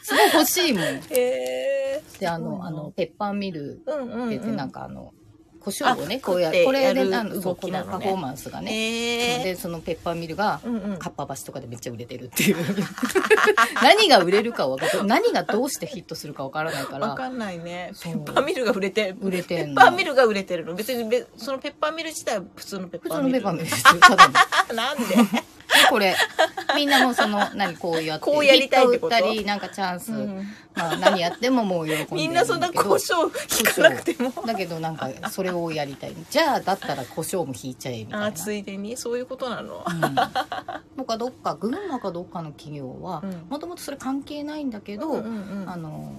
すごい欲しいもん。えー、で、あの、あの、、ペッパーミルうんうん、で、うてん。なんかあの、胡椒をね、あこうや食ってこれやで、るあの、そう動こきのなのねパフォーマンスがね。えー、で、そのペッパーミルが、うんうんか。っぱ橋とかでめっちゃ売れてるっ ていう。何が売れるかわかる。何がどうしてヒットするかわからないわから、かんないね。そペうッパーミルが売れてる。売れてペんッの。パーミルが売れてるの。別にべ、そのペッパーミル自体は普通のペッ普パ通ーのミペル。ッパーミルですよ。ただの。でル。なんで これ、みんなもうその、何こうやって、こうやりたいってことヒット打ったり、なんかチャンス、うんまあ何やってももう喜んでるだけど。みんなそんな胡椒引かなくても。だけどなんか、それをやりたい。じゃあ、だったら胡椒も引いちゃえ、みたあいなー。ついでにそういうことなの。うん僕はどっか群馬かどっかの企業はうんもともとそれ関係ないんだけど、うんうんうんあの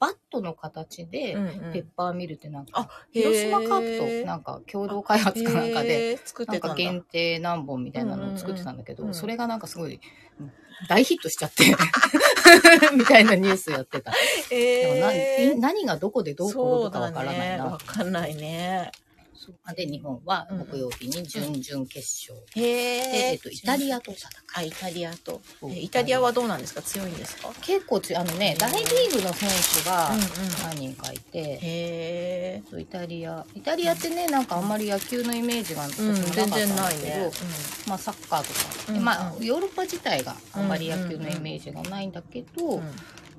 バットの形でうんうんペッパーミルってなんか、あ広島カープへとーなんか共同開発かなんかで、へー作っなんてたんだか限定何本みたいなのを作ってたんだけど、うんうんうんうんそれがなんかすごい大ヒットしちゃって みたいなニュースやってた、だからえ何ー何がどこでどう転そうぶかわからないだねな、わかんないねで日本は木曜日に準々決勝、で、えっと、イタリアと戦うあイタリアとそうえイタリアはどうなんですか強いんですか結構つあのね大リーグの選手がうんうん何人かいへて、えそうイタリアイタリアってねなんかあんまり野球のイメージが私うんもなか全ったん然だなけいど、ねまあ、サッカーとか、うんうんまあ、ヨーロッパ自体があんまり野球のイメージがないんだけど、うんうん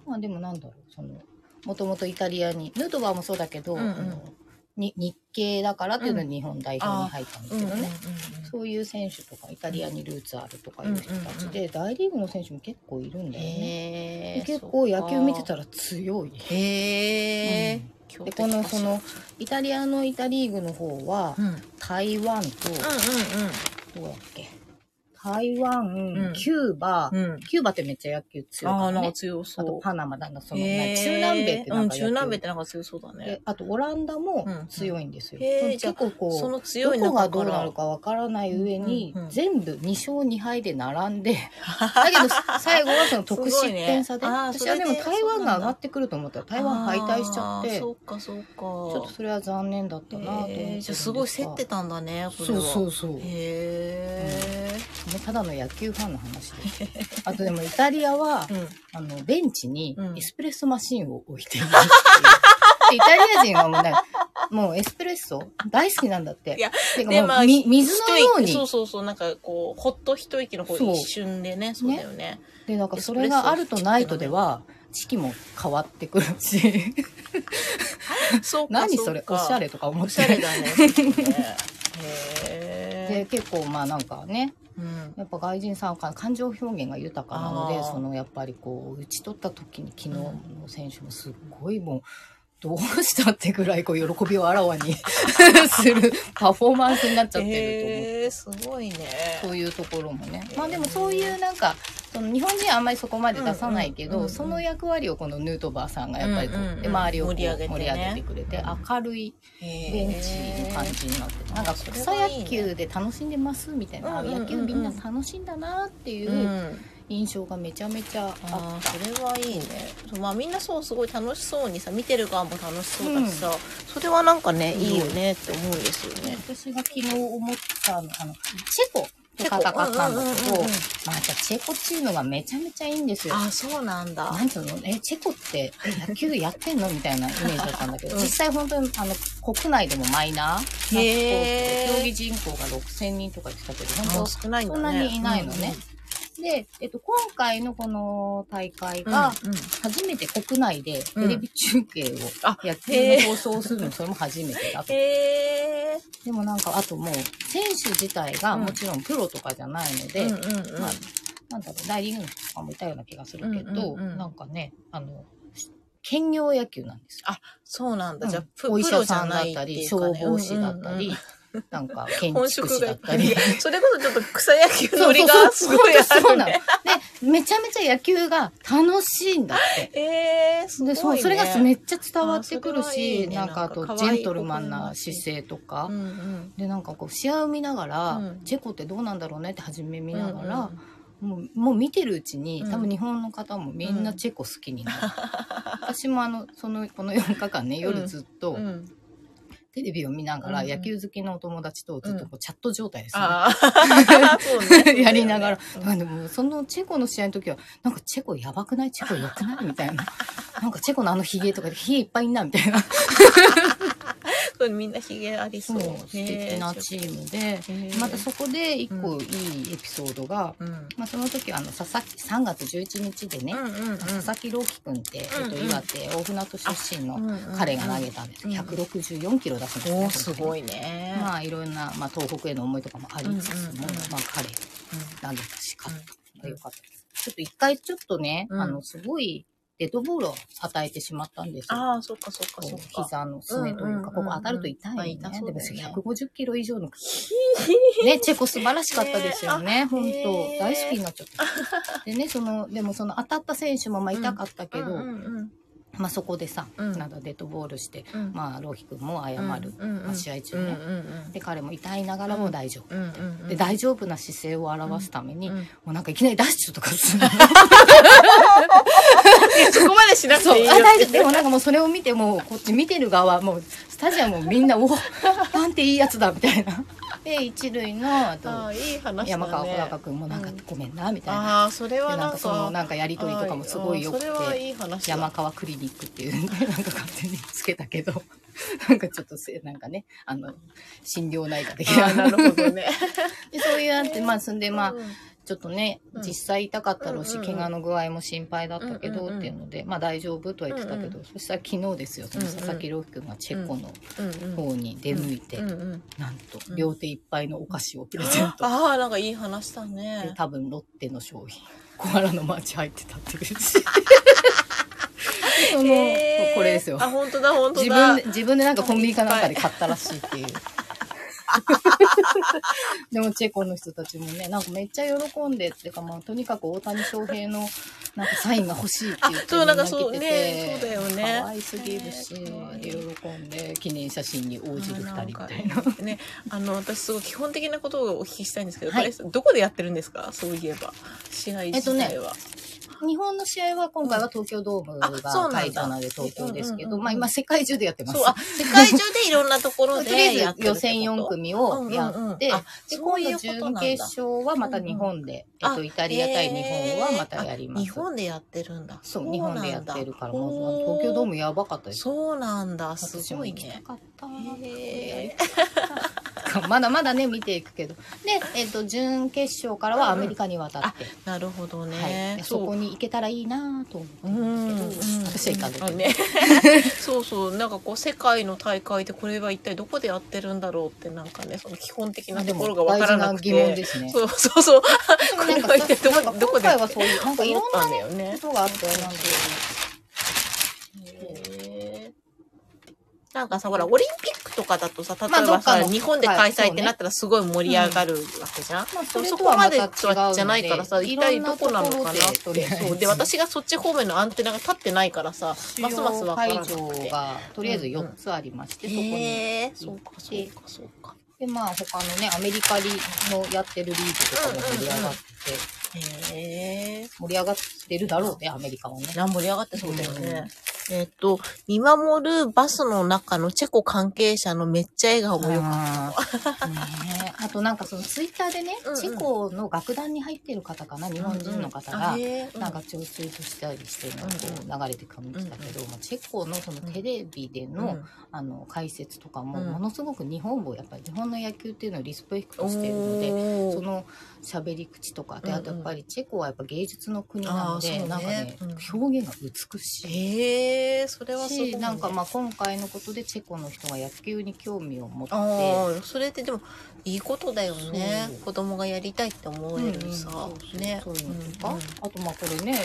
まあでもなんだろうそのもともとイタリアにヌートバーもそうだけど、うんうんあのに日系だからっていうので日本代表に入ったんですけどね、そういう選手とかイタリアにルーツあるとかいう人たちで、大リーグの選手も結構いるんだよね。へで結構野球見てたら強い。らへえ、強で敵このそのイタリアのイタリーグの方はうんうんうん台湾と、どうやっけ台湾、んキューバ、うんうんキューバってめっちゃ野球強いあかあらなんねか。強あとそうパナマなんかその、へー中南米ってなうんんか野中球、南米ってなんか強そうだでねあとオランダもうん強いんですよ。へーじゃ結あ構こうその強どいこが中どかうなるらかわからない上に、うんうんうん全部2勝2敗で並んでだけど最後はその得失点差で、すごいねあー私はでもそれで台湾が上がってくると思ったら台湾敗退しちゃってあーちそょうかそうかちっとそれは残念だったなと思ってるんえでじゃあすすがごい競ってたんだねこれそうはそうそうもへうただの野球ファンの話ですあとでもイタリアはえ、うん、あのベンチにうんエスプレッソマシンを置いていま すっていうでイタリア人はもうねもうエスプレッソ大好きなんだっていやてかでもう、まあみ水のよう一に息そうそうそうなんかこうほっと一息のこうそう一瞬でねそうだよ ねでなんかそれがあるとないとでは式も変わってくるしそうか何それうおかしゃれとか思おっしゃれてだねそうだねへ でえ結構まあなんかねうんやっぱ外人さんは感情表現が豊かなのあでーそのやっぱりこう打ち取った時に昨日の選手もすっごいもう。どうしたってぐらいこう喜びをあらわに するパフォーマンスになっちゃってると思ってへえすごいねそういうところもね。まあでもそういうなんか、その日本人はあんまりそこまで出さないうけんうんど、うんその役割をこのヌートバーさんがやっぱりこううんうんうんで周りをこう盛り上げてね盛り上げてくれて、明るいベンチの感じになってて、なんかそれ草はいいね野球で楽しんでますみたいな、うんうんうん野球みんな楽しんだなっていへえううん印象がめちゃめちゃあああそれはいいねそうまあみんなそうすごい楽しそうにさ見てる側も楽しそうだしさ、それはなんかねいいよねって思うんですよってね。私が昨日思ったの、あの、チェコと戦ったんだけうんど、うんうんうんまたチェコチームがめちゃめちゃいいんですよ。あそうなんだ。なんつうのえ、チェコってえ野球やってんのみたいなイメージだったんだけど、 うん実際本当にあの、国内でもマイナーなスポーツへでー、競技人口が6000人とか言ってたけど、も本う少ないん当だね。そんなにいないのね。で、えっと、今回のこの大会うんうん。が、初めて国内でテレビ中継を、あ野球の放送をするの、それも初めてだと。へえ。でもなんか、あともう、選手自体がうんもちろんプロとかじゃないので、うんうんうんまあ、なんだろう、大リーグの人とかもいたような気がするけど、うんうんうんなんかね、あの、兼業野球なんですよ。そうなんだ。じゃあうんプお医プ者ロじさゃんだなっいたってり、いうかね消防士だったり、うんうんなんかうん建本築職士がいだっっぱたい り。。それこそちょっと草野球のりがすごいそうあそうそうるなの。でね。、めちゃめちゃ野球が楽しいんだって。ええすごいでね。そうそれがめっちゃ伝わってくるあそれはいしいねなんかあとなんかジ可愛いェントルマンな姿勢とか、うんうん。でなんかこう試合を見ながら、うんチェコってどうなんだろうねって初め見ながら、うんもうもう見てるうちに、うん多分日本の方もみんなチェコ好きになる、 私もあのそのこの4日間ね夜ずっとうんうん。テレビを見ながら、うん野球好きのお友達とずっとこうチャット状態ですね、ああ、そう ねやりながら、そうだあよねでもそのチェコの試合の時はなんかチェコやばくないチェコ良くないみたい ななんかチェコのあのヒゲとかでヒゲいっぱいいんなみたいなうんそうみんなひげありそそうう。素敵なチームでムまたそこで一個いいエピソードが、うん。うんまあ、その時はあの佐々木3月11日でね、うんうん。佐々木朗希君って、えっうんと、うん岩手大船渡出身のうんうん彼が投げたんですうん164キロ出すんですおねーこの時すごいね。まあいろんな、まあ、東北への思いとかもありつつうも、んうんうんまあ、彼投げたし勝ったのがうん良かったですちょっと一回ちょっとね、うんあのすごいデッドボールを与えてしまったんですよああ、そっかそっかそっか。膝のすねというか、うんうんうんここ当たると痛いよね。あ痛そうだよねでも150キロ以 上の。ね、チェコ素晴らしかったですよね。本当、へー大好きになっちゃっ た。でね、その、でもその当たった選手もまあうん痛かったけど、うんうんまあそこでさ、うんなんだデッドボールして、うん、まあ、ローヒ君も謝うんる。うんうんまあ試合中うんね、うんで、彼も痛いながらも大丈夫。うんうんうんで、大丈夫な姿勢を表すために、うんもうなんかいきなりダッシュとかするの。 そこまでしなくそう、ていいよあ、大丈夫。ででもなんかもうそれを見ても、こっち見てる側、もう、スタジアムみんな、おなんていいやつだ、みたいな。で、一塁の、ああと、あいい話だね山川小高君もなんかうん、ごめんな、みたいな。ああそれではななんんかかその、なんかやりとりとかもすごい良くてああそれはいい話だ山川クリニックっていう、ね、なんか勝手につけたけど、なんかちょっとせ、なんかね、あの、心療内科的ああなな。るほどね でそういうあって、まあ、そんで、まあ、うんちょっとね、うん実際痛かったろうし、うんうんうん怪我の具合も心配だったけど、うんうんうんっていうので、まあ大丈夫とは言ってたけど、うんそしたら昨日ですよ、その佐々木朗希君がチェコの方に出向いて、うんうん、なんとうん両手いっぱいのお菓子をプレゼント。ああなんかいい話だでね多分ロッテの商品コアラのマーチ入ってたっていうその、 へーこれですよあ本当だ本当自だ分で自分でなんかコンビニかなんかで買ったらしいっ ていうでもチェコの人たちもねなんかめっちゃ喜んでっていうかまあとにかく大谷翔平のなんかサインが欲しいって言ってあそうなんかみ来てそてうねそうだよね可愛すぎるし、ね可愛い喜んで記念写真に応じる二人みたいあななんかね、あの私すごい基本的なことをお聞きしたいんですけど、はいバレーさんどこでやってるんですかそういえば試合自体は、日本の試合は今回は東京ドームがあそうなんだ会場なので東京ですけうんうんど、うんまあ今世界中でやってますそう。あ世界中でいろんなところ とでりやあえってるず予ってこと選4組をやって、うんうんうんあでそういう今こ度となんだ準決勝はまた日本で、うんうんえっと、あイタリア対日本はまたやります。えーあ日本でやってるんだそう、日本でやってるから、もうあのおー東京ドームやばかったです。そうなんだす私ごもい行きたねかった。へまだまだね、見ていくけど。で、えっと、準決勝からはアメリカに渡って、ーなるほどはいね、でそこに行けたらいいなぁと思ってうんうんるんですけど、私は行かんだけあど。ね そうそうなんかこう世界の大会でこれは一体どこでやってるんだろうってなんかねその基本的なところがわからなくてでも大事な疑問ですね。そうそうそうなこんれかは一体どなんこかどこ今でや回っはてそういう、なんかいろん思なったんだよねことがあったよなんかへーなんかさほらオリンピックとかだとさ例えまあどばっかさ、の日本で開催ってなったらすごい盛り上がるわけじゃん、でもそこまでとはじゃないからさ一体どこなのかなって そうで私がそっち方面のアンテナが立ってないからさますますわから会なくて場がとりあえず4つありまして、へーそこに行ってかそうかでまあ他のねアメリカのやってるリーグとかも盛り上がって、へえ盛り上がってるだろうねアメリカはね。盛り上がってそうだよね、えっと見守るバスの中のチェコ関係者のめっちゃ笑顔もよくあーねえあとなんかそのツイッターでね、うんうんチェコの楽団に入ってる方かな日本人の方が、ななんか聴衆としたりしてなんうんかこう流れてくるんだけど、まあチェコのそのテレビでの,、あの解説とかもうんものすごく日本をやっぱり日本の野球っていうのをリスペクトしてるので。その喋り口とかうで、んうんあとやっぱりチェコはやっぱ芸術の国なので、あーそうねなんかね、うん表現が美しい。へえそれはすごい、しね、なんかまあ今回のことでチェコの人が野球に興味を持って、ああそれってでもいいことだよねそう子供がやりたいって思えるさ、うんうんそうそうねそういうのとか、うんうんあとまあこれね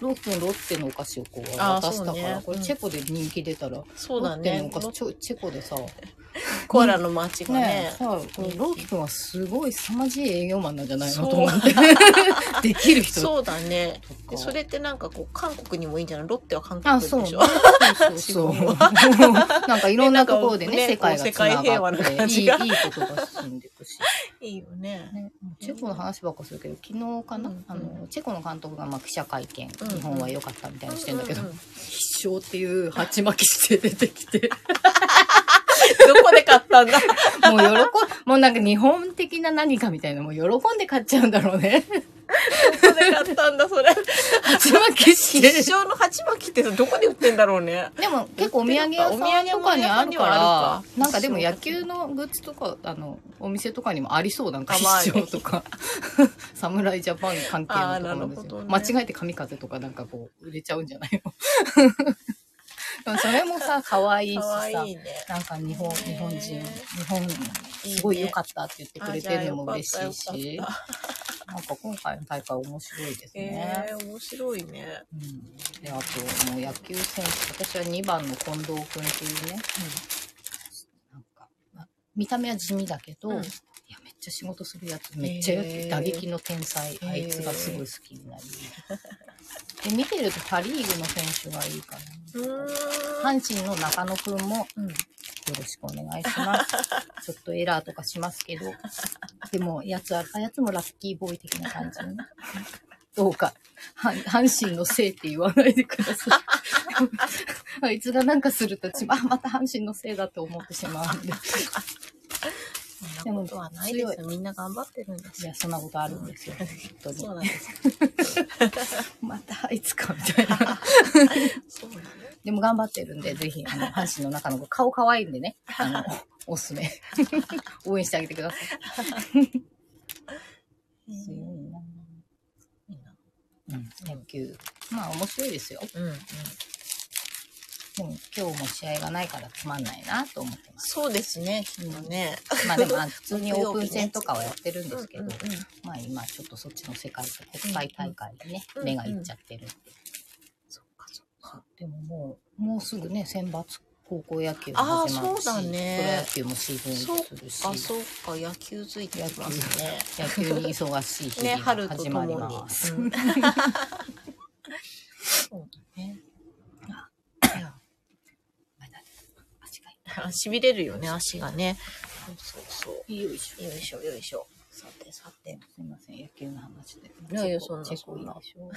ロッ君ロッテのお菓子をこうあー渡したかそら、うねこれチェコで人気出たら、そうだロッテのねお菓子ちょチェコでさコアラの街がねねさこれロッキ君はすごい凄まじい営業マンなんじゃないのそうと思って できる人とかそうだねでそれってなんかこう韓国にもいいんじゃないロッテは韓国あ、でしそう。そょう そう。自分なんかいろんなところでね、ね世界がこう世界平和な繋が感って、いい、いじいがことが進んでいくし。 いいよねね、チェコの話ばっかするけど、昨日かな、うんあの、チェコの監督がまあ記者会見、うん日本は良かったみたいにしてんだけど、うううん必勝っていう鉢巻きして出て きて、どこで買った んだもう喜ん、もうなんか日本的な何かみたいな、もう喜んで買っちゃうんだろう ね。どこで買ったんだそれ鉢巻きして。一生の鉢巻きってさどこで売ってんだろうねでも結構お土産屋さんとかにあお土産もね中るからにはあるかなんかでも野球のグッズとかあのお店とかにもありそうなんかたまに必勝とか 侍ジャパン関係のところなんですよあーなるほ間どね違えて神風とかなんかこう売れちゃうんじゃないの でもそれ もさ可愛いし可さ愛いねなんか日本ね日本人日本すごい良かったって言ってくれてるのも嬉しいあじしゃあよかなんか今回の大会面白いですね。えー、面白いねうんであともう野球選手私は2番の近藤君っていうね、なんかまあ見た目は地味だけど、うんいやめっちゃ仕事するやつめっちゃやつ、へー打撃の天才あいつがすごい好きになり、で見てるとパ・リーグの選手がいいかうーんな、阪神の中野君もようんろしくお願いしますちょっとエラーとかしますけどでもやつはあやつもラッキーボーイ的な感じねどうか、は阪神のせいって言わないでください。あいつがなんかすると、ちあ、また阪神のせいだと思ってしまうんで。いそんなことはないですよ。みんな頑張ってるんですよ。や、そんなことあるんですよ。本当そうに。なんです。またあいつか、みたいな。そうなんです。でも頑張ってるんで、ぜひ、あの、阪神の中の子、顔可愛いんでね、あの、おすすめ。応援してあげてください。うん強いなうん、野球。まあ面白いですよ。うんうん、でも今日も試合がないからつまんないなと思ってます。そうですねきっとね。 まあでもあの普通にオープン戦とかはやってるんうでんうんすけど、まあ今ちょっとそっちの世界と国際大会にね、うん目がいっちゃってるんで。そっかそっそかうでももう、もうすぐね、選抜高校野球もあー始まるし、そうだねプロ野球もシーズンそ入うりすあるし、そうか野球づいてきますね。野球に忙しい日ね々春がと始とまりもにま。す。うん そうだね。いや足があ痺れるよね足がね。そうそうそ痛いよいしょ。う。よいしょよいしょ。さてさて。すいません、野球の話で。いやいやチェそんコなチェコそいんいなでし ょ。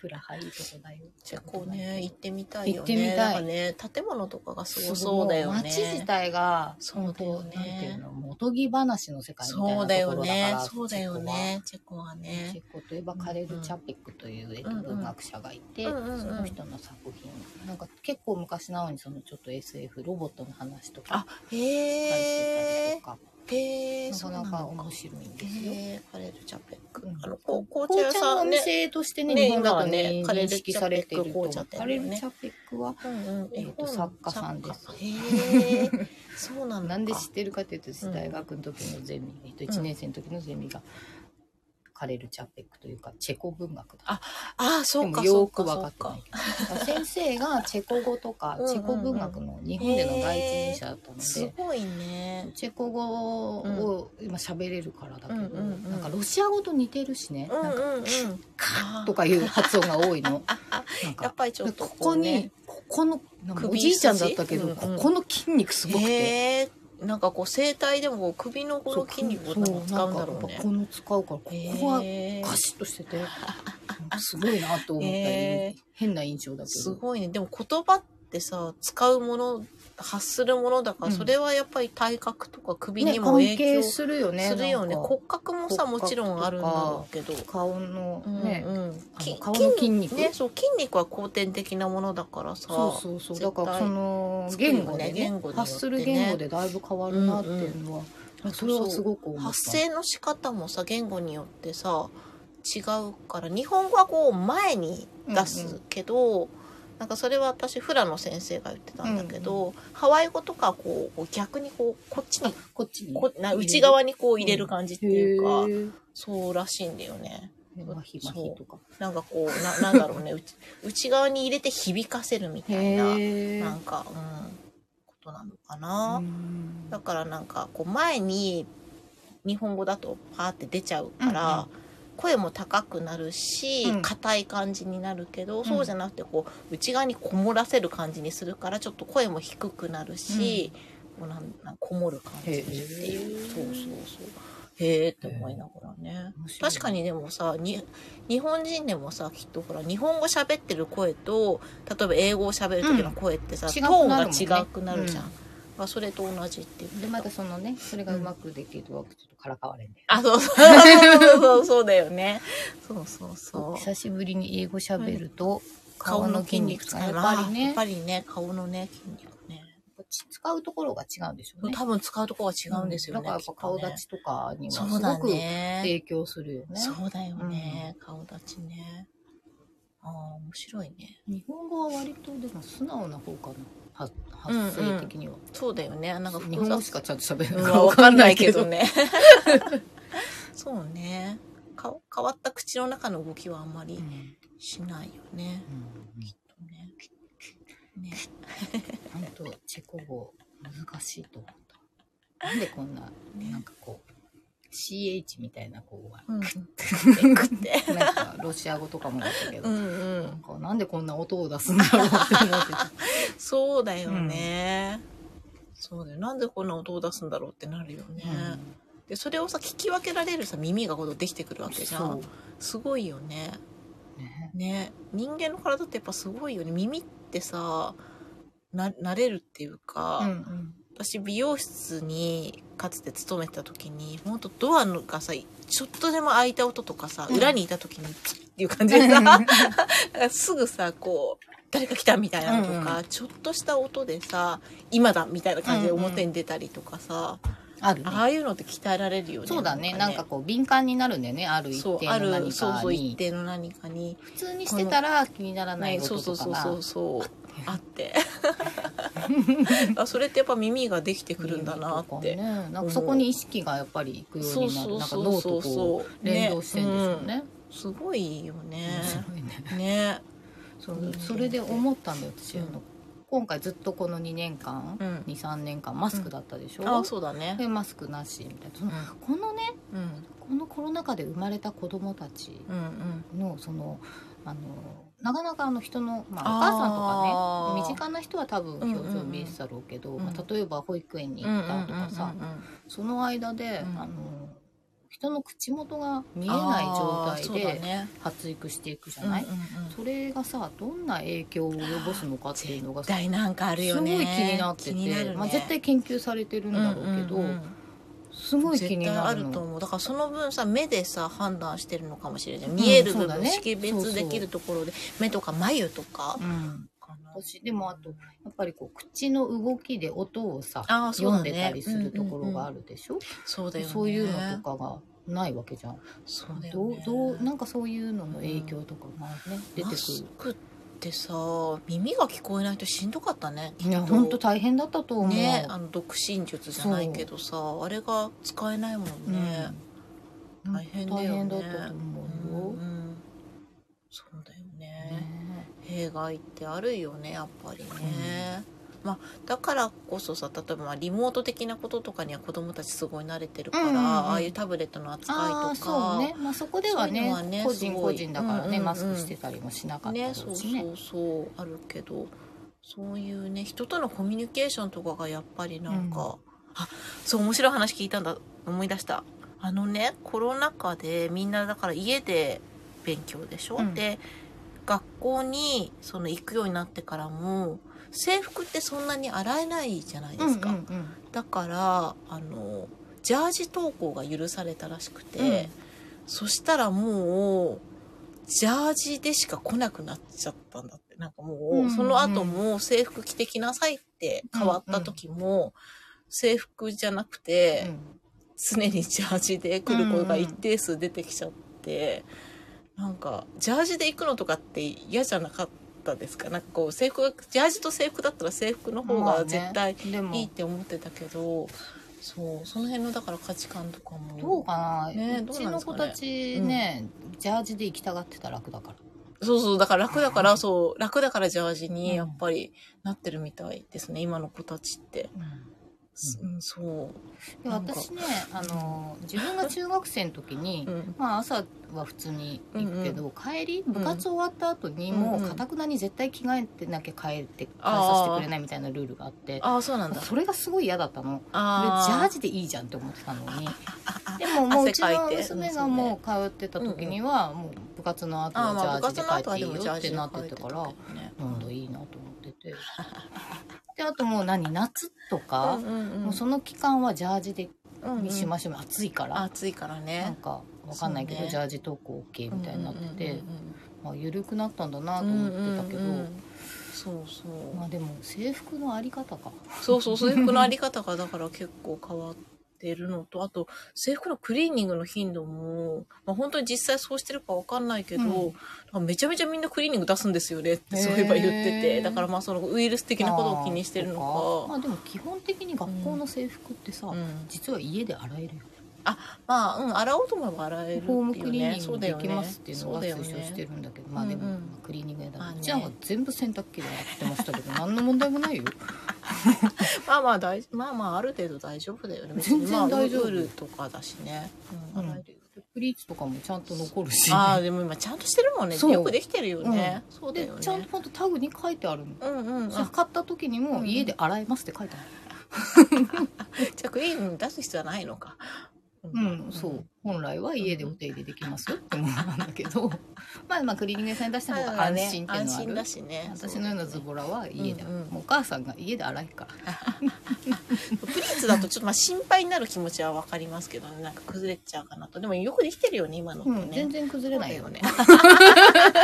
プラハいいとこだよ。チェコね行ってみたいよね。行ってみたいなんかね建物とかがすごそうだよね。街自体が、そうだよね本当なんていうの、元木話の世界みたいそうなだとこよろだかねら。。そうだよね。チェコはチェコは。チね。ェコといえばカレル・チャピックというえっとうんうん文学者がいて、うんうんうんその人の作品、なんか結構昔なのにそのちょっと SF ロボットの話とあ、か書いへてたりえと。か、へえ。なそうなかなのかか面。白いんですよ。へえ。カレルチャペック。うんあのこう紅茶紅屋茶のさおんね。店としてね、ね日本だとね、今はねカレ認ルチャ識されていると思う紅茶店だカよレねルチャペックは、うんうん。えーと絵本作家さんですへえ。そうなのか。なんで知ってるかというと、大学の時のゼミ、えっと、1年生の時のゼミが、カレル・チャペックというか、チェコ文学だ。ああ、でそうもか。よそうーくか分かってないけど。先生がチェコ語とうかん、うんうんチェコ文学の日本での第一人者だったのすで、ごいね。チェコ語を今喋れるからだけど、うんうんうんなんかロシア語と似てるしね、うんなんかうんうん。カとかいう発音が多 いの。なんやかっぱりちょっとここにね、ここの、なんかお首じいちゃんだったけど、筋うんうんここの筋肉すごくて。へえ。なんかこう整体でもこう首のこそうの筋肉を多分使うんだろうなんかやっねぱ。この使うから、ここはへえガシッとして て、すごいなと思ったり、へー変な印象だけすど。ごいね。でも言葉ってさ、使うもの、発するものだから、うんそれはやっぱり体格とか首ね、にも関影係響するよね。するよね。なんか骨格もさ、骨格とかもちろんあるんだろうけど。顔のね、うんうんあきの顔の筋肉。ね、そう筋肉は後天的なものだからさそうそうそう。だ絶対からその作るよね言語でね言語によってね発する言語でだいぶ変わるなっていうのは、うんそれはすごく思った。発声の仕方もさ言語によってさ違うから日本語はこう前に出すけど、なんかそれは私フラの先生が言ってたんだけど、ハワイ語とかこうこう逆にこうこっちにこっちに。こな内側にこう入れる感じっていうか、へー。そうらしいんだよねマヒマヒとか。なんかこうな なんだろうね内内側に入れて響かせるみたいなへなーんか、うん、ことなのかな。うんだからなんかこう前に日本語だとパーって出ちゃうから、うんうん声も高くなるしうん硬、い感じになるけど、んそうじゃなくてこう内側にこもらせる感じにするからちょっと声も低くなるし、こうなんなんこもる感じっていへうーそうそうそうへえって思いながらね面白い確かにでもさに日本人でもさきっとほら日本語喋ってる声と例えば英語を喋る時の声ってさ、うんト違くーンなるもんねが違くなるじゃん、うんまあ、それと同じっていうでまたそのねそれがうまくできるとちょっとからかわれんだよ、あ、そうそうそうそう そうだよね。そうそうそう。久しぶりに英語しゃべると、顔顔のの筋筋肉肉使使ういやっまぱすりね。やっねぱりね、顔のね、筋肉ね。使うところが違うんでしょうね多分使うとこは違うんですよね。だからやっぱ顔立ちとかにきはっすとね。そうごだくね。影響するよねそうだよね。顔立ちね。ああ、面白いね。日本語は割とでも素直な方かなは発声的には、そうだよね。なんか日複本語雑しかちゃんとしゃべうるんかわわかかんんなないいけけどど ね。そうね。か変わった口の中の動きはあんまりしないよね。きっとね。ね。本当チェコ語難しいと思ったなんでこんななんかこう CH みたいな子がうん。くって。なんかロシア語とかもだったけど、うんうなんん。かなんでこんな音を出すんだろうって思ってた。そうだよね。そうだよ。なんでこんな音を出すんだろうってなるよね。で、それをさ、聞き分けられるさ、耳がこうできてくるわけじゃそん。すごいよね。うね。ね。人間の体ってやっぱすごいよね。耳ってさ、な、慣れるっていうか、うん私美容室にかつて勤めてた時に、ほんとドアのがさ、ちょっとでも開いた音とかさ、うん裏にいた時に、チッっていう感うじでさ、ん。だからすぐさこう誰か来たみたいなのとか、うんちょっとした音でさ今だみたいな感じで表に出たりとかさ、あるね、ああいうのって鍛えられるよねそうだね。なんかこう、敏感になるんだよね。ある一そう定あの何るそうかそう一に。定の何かに普通にしてたら気にならないね、そこうそとうとそうかそうそな。 うあってあそれってやっぱ耳ができてくるんだなっねてなんかそこに意識がやっぱりいくようそうになる。そうなんかそう脳そとうこそうう、連動してんでしょうね。うんすごいよね面白いね。ねそうそれで思ったんだよ、私。あの今回ずっとこの2年間う、ん2、3年間マスクだったでしょ。あそうだねで、マスクなしみたいな。そうんのこのね、うんこのコロナ禍で生まれた子供たちうんのそのあのなかなかあの人の、まあ、おあー母さんとかね身近な人は多分表情見えてたろうけど、んうんまあ、例えば保育園にうん行ったとかさ、うんうんうんうんその間で、うんあの人の口元が見えない状あー態そうだでね発育していくじゃうんうんなうい、んそれがさどんな影響を及ぼすのかっていうのが絶対なんかあるすよごねい気になってて、気になるねまあ、絶対研究されてるんだろうけど、んんんすごい気絶に対なあるるのと思うだからその分さ目でさ判断してるのかもしれないうん見えるそ部うだ分、ね識別できるところで目とか眉とかうん、かな私でもあとやっぱりこう口の動きで音をさあーそう読だんねでたりするところがある、るでしょ、そうだよねそういうのとかがないわけじゃん、そうだよどうねどうなんかそういうのの影響とかがね、出てマくスクってさ耳が聞こえないとしんどかったねるいや本当大変だったと思う、ねあの独身術じゃないけどさあれが使えないもんね、うん大変だよね大変だったと思ううよ、んうんそうだよねね弊害ってあるよねやっぱりね、まあだからこそさ例えばまあリモート的なこととかには子どもたちすごい慣れてるから、うんうんうんああいうタブレットの扱ああいとそかうね、まあ、そこでそはういうねのはね個す人ご個い人だからね、うんうんうんマスクしてたりもしなかったねりそうしねそうそうあるけどそういうね人とのコミュニケーションとかがやっぱりなんか、うんあそう面白い話聞いたんだ思い出したあのねコロナ禍でみんなだから家で勉強でしょ、うんで学校にその行くようになってからも制服ってそんなに洗えないじゃないですか、うんうんうんだからあのジャージ登校が許されたらしくて、うんそしたらもうジャージでしか来なくなっちゃったんだってなんかもう、うんうんその後も制服着てきなさいって変わった時も、制服じゃなくて、うん常にジャージで来る子が一定数出てきちゃって、なんかジャージで行くのとかって嫌じゃなかったですかなんかこう制服がジャージと制服だったら制服の方まあがね絶対でもいいって思ってたけどそうその辺のだから価値観とかもどうかな、ねうちのど子うなんたですちね、ジャージで行きたがってたら楽だから。そうそうだから楽だからそう楽だからジャージうんにやっぱりなってるみたいですね今の子たちって、ううん、そう、でなんか私ねあの自分が中学生の時に、うん、まあ、朝は普通に行くけど、帰りん部活終わった後に、うんもうかたくなに絶対着替えてなきゃ帰って帰させてくれないみたいなルールがあってああそうなんだそれがすごい嫌だったの。でジあャージジでいいじゃんって思ってたのにあでももう汗うちかいての娘がもう通ってた時には、もう部活の後ああまあは部ジャージ活の後はで帰っていでいもジよャっーてジななっっててたたかからら、なんだいいなと思っててであともう何夏とか、うんうんうんもうその期間はジャージでうんうんにしましょう、暑いから暑いからなんねかわかんないけど、そうねジャージ投稿 OK みたいになってて、うんまあ、緩くなったんだなとうんう思んうんってたけど、うんうんうんそうそうまあでも制服のあり方かそうそう、制服のあり方がだから結構変わってるのと、あと制服のクリーニングの頻度も、まあ、本当に実際そうしてるかわかんないけど、うだんからめちゃめちゃみんなクリーニング出すんですよねってへーそういえば言ってて、だからまあそのウイルス的なことを気にしてるまあそうのまあでも基本的に学校の制服ってさ、か。うん、実は家で洗えるよねまあ、うん、洗おうと思えば洗えるっていうね。ホームクリーニンそグうだでよねきますっていうのが推奨そうだよしてねるんだけどまあでも、うんうんまあクリーニング屋だまあねうちなんか全部洗濯機でやってましたけ ど何の問題もないよまあまあ大、まあまあ、ある程度大丈夫だよね。別全に然まあ、大丈夫ウールとかだしね。うん、洗えるよ。プリーツとかもちゃんと残るしああ、でも今ちゃんとしてるもんね。そうよくできてるよね。そうだでよね。ちゃんとほんとタグに書いてあるのうんうん。あ買った時にも家で洗えますって書いてあるじゃあクリーム出す必要はないのか。うん、そう本来は家でお手入れできますよってものなんだけど まあまあクリーニング屋さんに出した方が安心ってい安うのはあ心るだしね私のようなズボラは家で、うんうんもうお母さんが家で洗いからプリンツだとちょっとまあ心配になる気持ちはわかりますけどねなんか崩れちゃうかなとでもよくできてるよね今のってうん、全ね、然崩れないよね。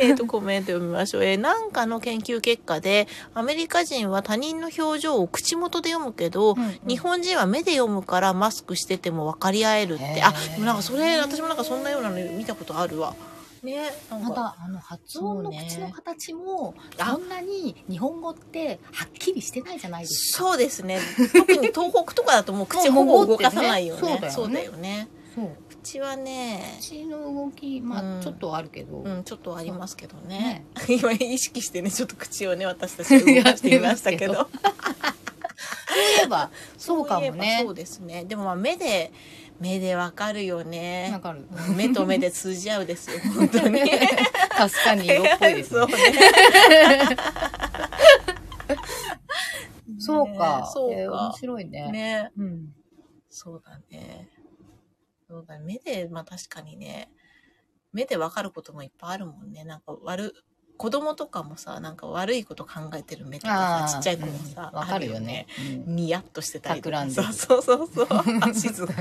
えっとコメント読みましょう、えーなんかの研究結果でアメリカ人は他人の表情を口元で読むけど、日本人は目で読むからマスクしてても分かり合えるっへてーあでもなんかそれ私もなんかそんなようなの見たことあるわねなんかまたあの発音そうのね口の形もあそんなに日本語ってはっきりしてないじゃないですか。そうですね特に東北とかだともう口ほ ぼもうも動うかさないよねそうだよねそうだよねそう。口はね口の動きまうんあちょっとはあるけど、うん、ちょっとありますけどね。ね、 今意識してね、ちょっと口をね、私たち動かしてみましたけ やど。そういえばそうかそうもいえばねそ。うですね。でもまあ目で、目でわかるよねわ。かる。目と目で通じ合うですよ、本当に。確か に色っぽいで すそう。ねね。そうか。そうかえー面白いね。ね。うん。そうだね。そうだね。目で、まあ確かにね、目でわかることもいっぱいあるもんね。なんか悪、子供とかもさ、なんか悪いこと考えてる目とかあさ、あ、ちっちゃい子もさ、うんわ、かるよね。うんニヤッとしてたりとか企んでさるそうそうそう 静か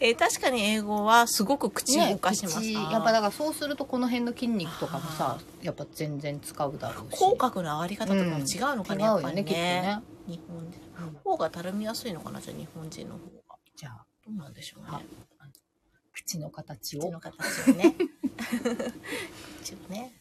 えー確かに英語はすごく口動かします、口あーやっぱだからそうするとこの辺の筋肉とかもあさやっぱ全然使うだろうし口角の上がり方とかも違うのか違うな、やっよぱねりきっとねね、日本でうん方がたるみやすいのかなじゃあ日本人の方がじゃあどうなんでしょうあね口の形口をの形をね口をね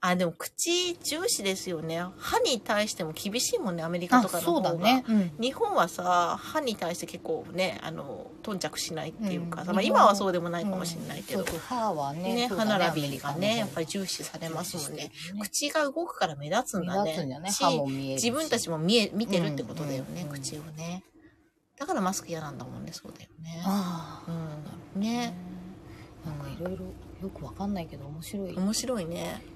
あでも口重視ですよね歯に対しても厳しいもんねアメリカとかの方そうがだね、うん日本はさ歯に対して結構ねあの頓着しないっていうかさ、うんまあ、今はそうでもないかもしれないけど、うんそうそう歯はねね、そう歯だね並びがね、やっぱり重重視されますもんね。視してるね口が動くから目立つんだ目立つんじゃね。ねし歯も見えるし自分たちも見え、見てるってことだようんねう、んうん口をね。だからマスク嫌なんだもんね、そうだよね。あうあん。ね。なんかいろいろよくわかんないけど面白い、面白いね。うん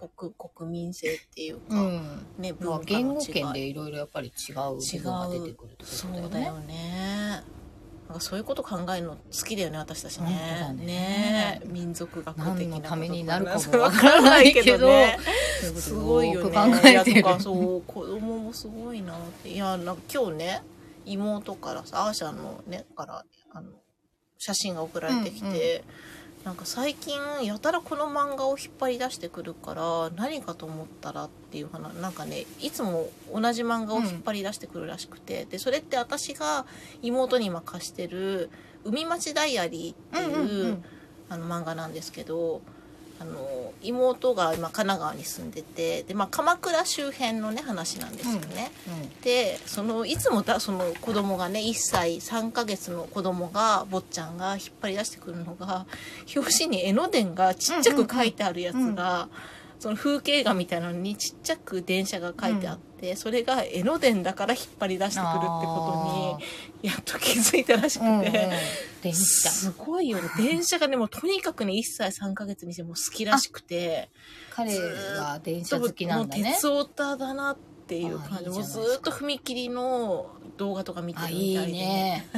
うん国、国民性っていううか、んね、文まあ化の違い。言語圏でいろいろやっぱり違う部分が出てくるってこそとだようねだよね。なんかそういうこと考えるの好きだよね、私たち本当ねだ。ねね民族学的なこと何のためになるかそうもわわかかららなないいけけどどね。そういうことすごいよね。く考えていやるとかそう子供もすごいなっていやなんか今日ね妹からさアーシャのねからあの写真が送られてきて、うんうんなんか最近やたらこの漫画を引っ張り出してくるから何かと思ったらっていう話なんかねいつも同じ漫画を引っ張り出してくるらしくて、でそれって私が妹に今貸してる「海町ダイアリー」っていう,、あの漫画なんですけどあの妹が今神奈川に住んでてで、まあ、鎌倉周辺のね話なんですよね。でそのいつもだその子供がね1歳3ヶ月の子供が坊ちゃんが引っ張り出してくるのが表紙に江ノ電がちっちゃく書いてあるやつうんうんが。その風景画みたいなのにちっちゃく電車が書いてあって、それが江ノ電だから引っ張り出してくるってことにやっと気づいたらしくて、あーうんうん電車すごいよね。電車がね、もうとにかくね、1歳3ヶ月にしてもう好きらしくて、彼は電車好きなんだもうね鉄オタだなっていう感じ。あーいいじゃもないうですずかーっと踏切の動画とか見てるあみいたいで、い ね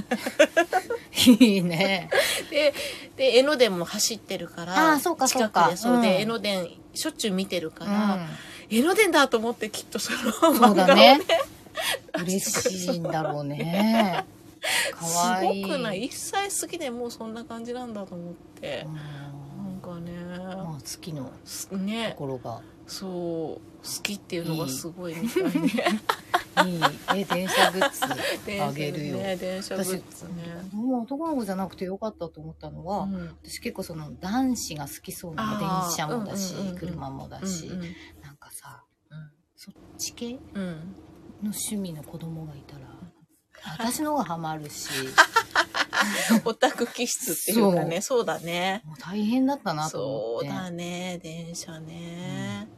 いいねで、で、江ノ電も走ってるから、あーそうかそう近かくで、そううんで、江ノ電、しょっちゅう見てるかうら、ん江ノ電だと思ってきっとそのそう漫画だをねね、嬉しいんだろうねかすわいいごくない ?1 歳過ぎでもうそんな感じなんだと思ってう。んなんかね、まあ好きのすねと、ころがそう、好きっていうのがすごいみたいね。いいえ電車グッ ズあげるよね、電車グッ私ズね。もう男の子じゃなくてよかったと思ったのは、私結構その男子が好きそうなのあー電車もだし、うんうんうんうん車もだし、うんなんかさそっち系のうんうん趣味の子供がいたら私の方がハマる しオタク気質っていうかね、そうだね。もう大変だったなとそ思っうてだね、電車ね。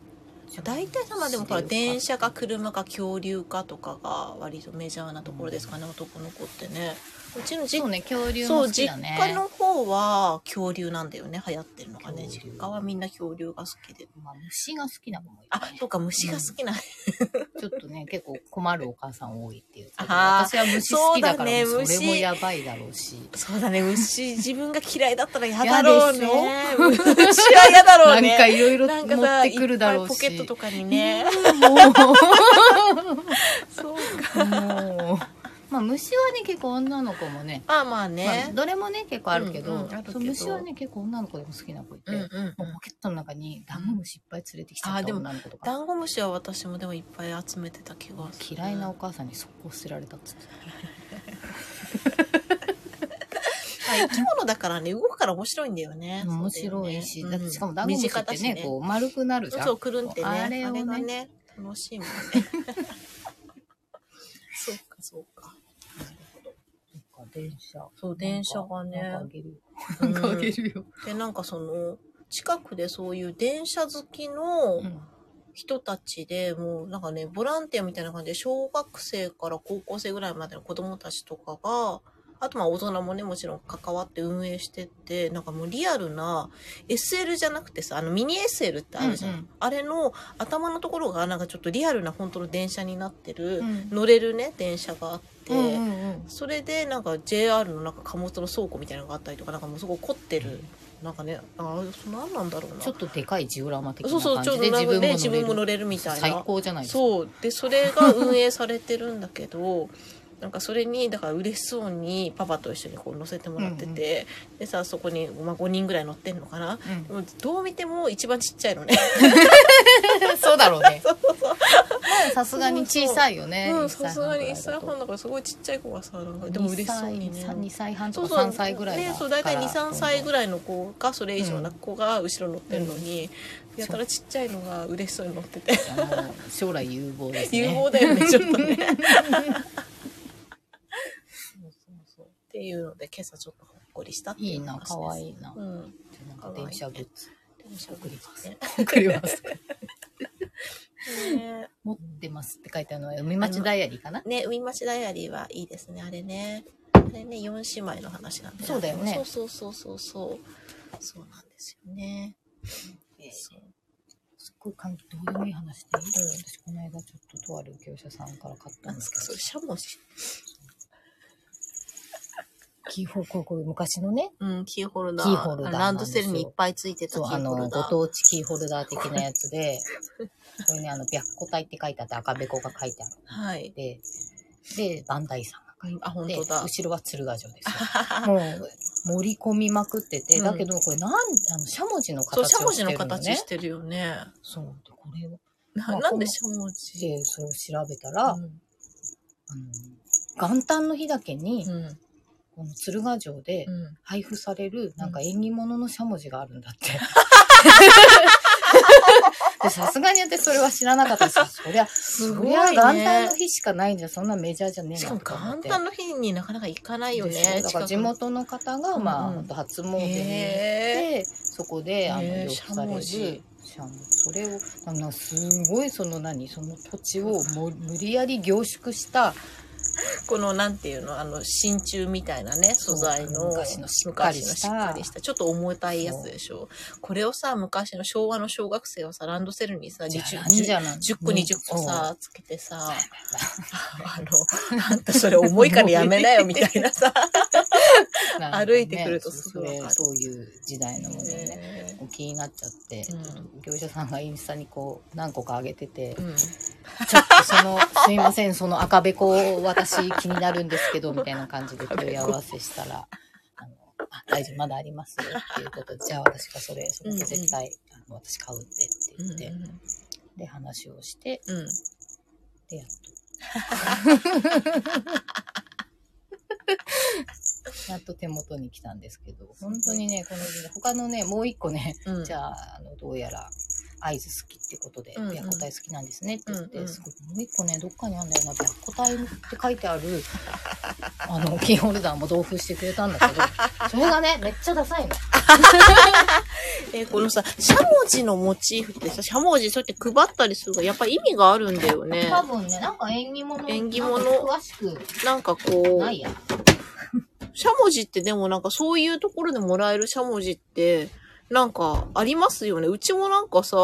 ちょっと大体さ、まあでもほら、電車か車か恐竜かとかが割とメジャーなところですかね、男の子ってね。うちの実そうね、恐竜もそ好う、き実だね。家の方は恐竜なんだよね、流行ってるのがね。恐実竜家はみんな恐竜が好きで。まあ、虫が好きな子もいる、あ、そうか、虫が好きな。ちょっとね、結構困るお母さん多いっていう。あー私は虫好きだから、そうだねもうそれも虫やばいだろうし。そうだね、 虫、自分が嫌いだったら嫌だだろろううねね。虫は嫌だろなうんね。かいろいろな持んっかさ、てくるだろういっぱいし。ポケットとかにね。そうか。もう、もう。 まあ虫はね、結構女の子もね、まあまあまあ、ね。どれもね、結構あるけど、うんうんあるけどそう虫はね、結構女の子でも好きな子いて、うんうもんうんうポケットの中にダンゴムシいっぱい連れてきちゃあーっでたも女の子とか、ダンゴムシは私もでもいっぱい集めてた気がする。嫌いなお母さんに速攻捨てられたっつってた。まあ生き物だからね、動くから面白いんだよね。面白いし、そうだだよねってしかもうんダンゴムシ身っ近だてしね、こう丸くなるじゃん。そう、くるんってね。ああれれをねがね、楽しい もんね。そうか、そうか。なんか電車。そう、電車がなんかあね。げるよ。うなんかあげんるよ。で、なんかその、近くでそういう電車好きの人たちで、もうなんかね、ボランティアみたいな感じで、小学生から高校生ぐらいまでの子供たちとかが、あとまあ大人もね、もちろん関わって運営してって、なんかもうリアルな SL じゃなくてさ、あのミニ SL ってあるじゃん。うんうんあれの頭のところがなんかちょっとリアルな本当の電車になってる、うん乗れるね、電車があって、うんうんうんそれでなんか JR のなんか貨物の倉庫みたいなのがあったりとかなんかもうすごい凝ってるなんかねああ何なんだろうなちょっとでかいジオラマ的なそうそう感ちょっじとなで自んか分ねも自分も乗乗れる。れるみたいな最高じゃないですか。そうでそれが運営されてるんだけどなんかそれにだから嬉しそうにパパと一緒にこう乗せてもらってて、でさそこに、まあ、5人ぐらい乗ってんのかなうんもうどう見ても一番ちっちゃいのね そうだろう ね。さすがに小さいよね。うん一歳さす半がにぐらい1歳半だとだからすごいちっちゃい子がさなんかでも嬉しそうにね二歳二歳半そとうかそう3歳ぐらいだね、からそう大体23歳ぐらいの子かそれ以上な子が後ろ乗ってるのに、うんやたらちっちゃいのが嬉しそうに乗ってて、いやもう将来有望ですね。有望だよねちょっとねそうそうそうっていうので今朝ちょっとほっこりしたっていいい話うな、です可愛いな。うんなんか電車グッズ。電車送りますすね。送ります。ね持ってますって書いてあるのは海町ダイアリーかな。ね海町ダイアリーはいいですねあれねあれね4姉妹の話なんでそうだよねそうそうそうそうそうそうなんですよね、すそうっごい関係どうでもいい話でいい、うん私この間ちょっととある業者さんから買ったなんんでですすけかどそれシャモンしキーホルこうこう昔のねうん、キーホルダー。キーホルダーラなンんドですセよルにいっぱいついてたキそうあーホのルダー。ご当地キーホルダー的なやつでこれねあの白虎隊って書いてあって赤べこが書いてあっはい。てでバンダイさんが書いてあ、あっ本て当だ。後ろは鶴ヶ城です よもう盛り込みまくってて、うんだけどこれなんあのしゃもじのそ形をう、しゃもじの形ししてるよね。そうでこれをなまなあんでしゃもじでそれを調べたら、うんあの元旦の日だけに、うん。この鶴ヶ城でうん配布されるなんか縁起物のしゃもじがあるんだ って。でさすがに私それは知らなかったです。そりゃ、すそごいりゃ元旦ねの。日しかないんじゃそんなメジャーじゃねえしなかもと思っ元て旦の日になかなか行かないよでしょね。だから地元の方が、まあ、うんうんほんと初詣に行って、へそこで、あの、へえ養父しゃされもる、じしゃもそれを、あの、すごいその何、その土地をも無理やり凝縮した、近くこの、なんていうの、あの、真鍮みたいなね、素材そうの。昔のしっかりし昔のしたっかりしたちょっと重たいやつでしょ。これをさ、昔の昭和の小学生はさ、ランドセルにさ、じゃ10らんじゃらん。 10個20個そうさ、つけてさ、 あの、あんたそれ重いからやめなよみたいな さ。なんかね歩いてくるとすそぐわかるれそういう時代のものをね、ねお気になっちゃって、うんちょっと業者さんがインスタにこう何個か上げてて、うん、ちょっとその、 すいません、その赤べこ私気になるんですけど、みたいな感じで問い合わせしたら、あの、あ、大丈夫、まだありますよっていうことで、じゃあ私がそれ、そこ絶対、あの私買うんでって言って、で、話をして、うん、で、やっ と。やっと手元に来たんですけど、本当にね、この、他のね、もう一個ね、うん、じゃあ、あの、どうやら、合図好きってことで、うんうん白虎隊好きなんですねって言って、うんうんすごいもう一個ね、どっかにあるんだよな、白虎隊って書いてある、 あの、キーホルダーも同封してくれたんだけど、それがね、めっちゃダサいの。えこのさ、しゃもじのモチーフってさ、しゃもじそうやって配ったりするから、やっぱ意味があるんだよね。多分ね、なんか縁起物。縁起物なんか詳しくなんかこなうい、や。しゃもじってでもなんかそういうところでもらえるしゃもじって、なんかありますよね。うちもなんかさ、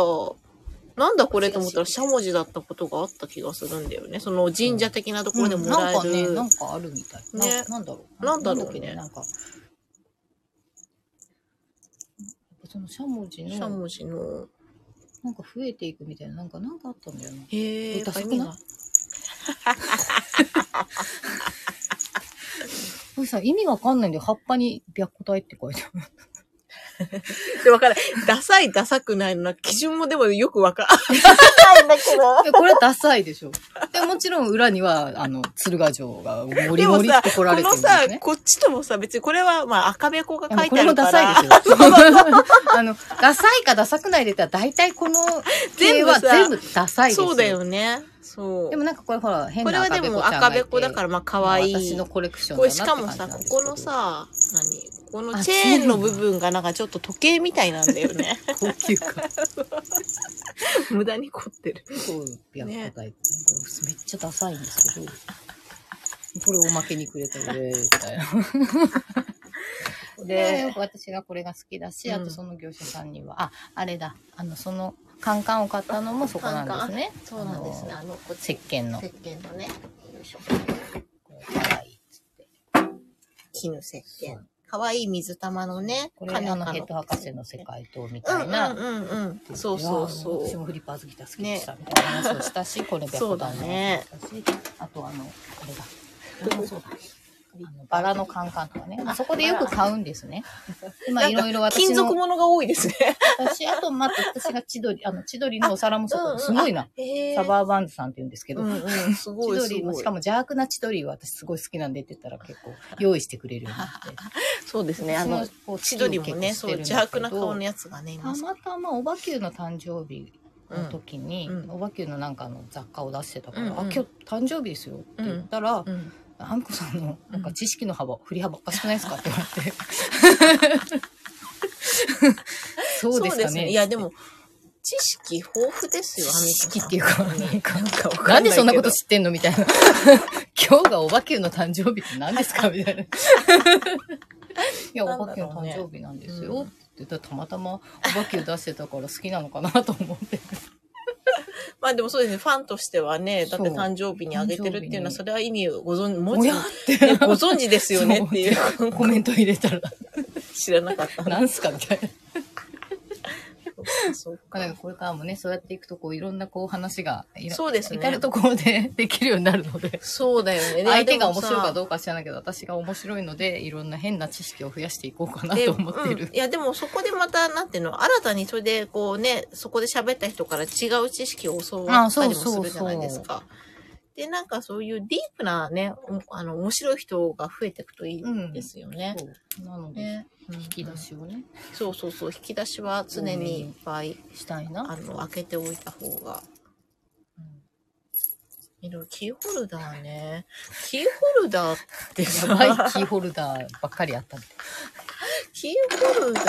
なんだこれと思ったらしゃもじだったことがあった気がするんだよね。その神社的なところでもらえる。うんなんかね、なんかあるみたい。なねなんだろう。なんだろうねっけなんか。そのしゃもじしゃの、もじの。なんか増えていくみたいな、なんか、なんかあったんだよな。へえ、ダサく意味ないがこれさ、意味がわかんないんで、葉っぱに白虎体って書いてある。で、わからない。 ダサい、ダサくないのな。基準もでもよくわからないんだけど。 いやこれダサいでしょ。で、もちろん裏には、あの、鶴ヶ城がモリでモもリさ、って来こられてのるんですさね、。こっちともさ、別にこれは、まあ、赤べこがいやも書ういてあこれもるかダサいらで、 すよ。あの、ダサいかダサくないで言ったら大体この系は全全部ダサいですよ。そうだよね。そう。でもなんかこれほら、変これなは赤でべこもちゃんが赤いてべこだから、まあ、可愛い。まあ私のコレクションこれだなってし感じなかんもですさ、こけどこの、さ、何このチェーンの部分がなんかちょっと時計みたいなんだよ ね。 高級感。無駄に凝ってる。そう、ビアンコタイプ。めっちゃダサいんです けど。これおまけにくれた俺、みたいな。で、よく私がこれが好きだし、あうとんその業者さんには、あ、あれだ、あの、その、カンカンを買ったのもそこなんですね。そうなんですね。ああの。の、こっ石ち。鹸の。石鹸のね。よいしょ。可愛いっつって。絹石鹸。可愛い水玉のね。これ、かなかあの、ヘッド博士の世界と、みうんたいな。うんうんうん。そうそういや私そもフリッパー好きだ好きでしたみたいな話をしたし、これ白馬の話をしたし、あとあの、あれだ。これもそうだ。あのバラのカンカンとかね。あそこでよく買うんですね。今なんいかろいろう。私金属の、物が多い ですね。私、あとまた私が千鳥、あの、千鳥のお皿もそううんうだ。んすごいな。へサバーバンズさんって言うんですけうど。んうん。す千ごいす鳥ごも、いしか。も邪悪な千鳥は私すごい好きなんでって言ったら結構用意してくれるようになって。そうです ね。あの、の千鳥もね、そう、邪悪な顔のやつがね、いたます。またまおばきゅうの誕生日の時に、うんうんおばきゅうのなんかあの雑貨を出してたからう「んうんあ今日誕生日ですよ」って言ったら「うん。あんこさんのなんか知識の幅、振り幅おかしくないですか?」って言われてそうですかねいや、でも、知識豊富ですよ、アミ知さん識っていうかなんかかわかんなけいんでどそんなこと知ってんのみたいな 「今日がおばきゅうの誕生日って何ですか?」みたいな「いやなんだろうねおばきゅうの誕生日なんですよ」って言ったらたまたまおばきゅう出してたから好きなのかなと思ってまあでもそうですね、ファンとしてはね、だってそう誕生日にあげてるっていうのは、誕生日にそれは意味をご存知、 「文お字、や?」ねって。ご存知ですよねっていうそう コメント入れたら、知らなかった。なんすかみたいそうか な。なんかこれからもね、そうやっていくと、こう、いろんなこう話が、いろそうですね至るところで できるようになるので。そうだよね。相手が面白いかうどうか知らないけど、私が面白いので、いろんな変な知識を増やしていこうかなでと思ってうるん。いやでもそこでまたなんていうの新たにそれでこうねそこで喋った人から違う知識を教わったりもするじゃないですか。でなんかそういうディープなねおあの面白い人が増えていくといいんですよね。そうなので、ねうん引き出しをね、そうそうそう引き出しは常にいっぱいしたいな。あの開けておいた方がうんいろいろキーホルダーねキーホルダーってやばいさキーホルダーばっかりあったみたい。キーホルダ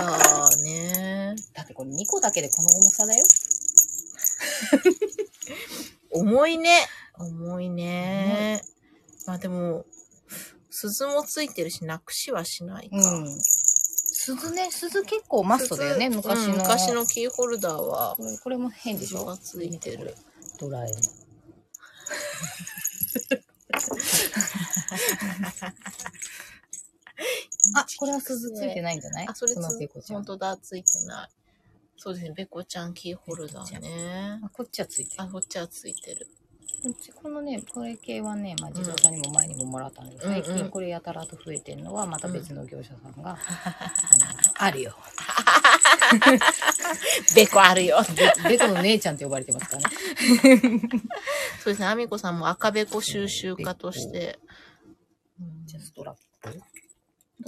ーねだってこれ2個だけでこの重さだよ。重いね。重いね。まあでも、鈴もついてるし、なくしはしないか。うん。鈴ね、鈴結構マストだよね、鈴昔うんの。昔のキーホルダーはこ、れこれも変でし鈴ょがついてる。ドラえもん。 あ、これは鈴ついてないんじゃないあ、それこのペコつ、ちゃん本。当だ、ついてない。そうですね、べこちゃんキーホルダーね。あ、こっちはついてる。あ、こっちはついてる。こっち、このね、これ系はね、まあ、自動車にも前にももらったんで、うん最近これやたらと増えてるのは、また別の業者さんが、 あの、ある よ。べこあるよ。ベベコの姉ちゃんって呼ばれてますからね。そうですね、あみこさんも赤べこ収集家として。じゃあストラップ。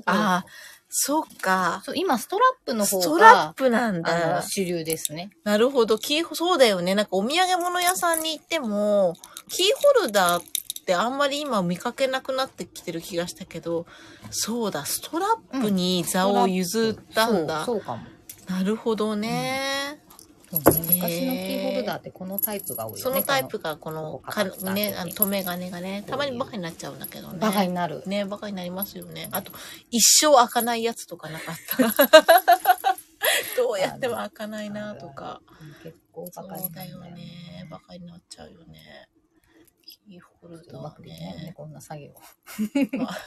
ああ、そっかあ。そう、今ストラップの方スが、トラップなんあだの、。主流ですね。なるほど。キーホ、そうだよね。なんかお土産物屋さんに行っても、キーホルダーっってあんまり今見かけなくなってきてる気がしたけど、そうだ、ストラップに座を譲ったんだ。そうそうかも。なるほどね。そうね昔のキーホルダーってこのタイプが多いよね。そのタイプがこのこのかここかねかあの留め金がねたまにバカになっちゃうんだけどこのねバカになる。ねバカになりますよねあと一生開かないやつとかなかった どうやっても開かないなとか結構そバカにうなだるんよだよね。ねバカになっちゃうよねキーホルダちょっとうまーくできないよねね、こんな作業。まあ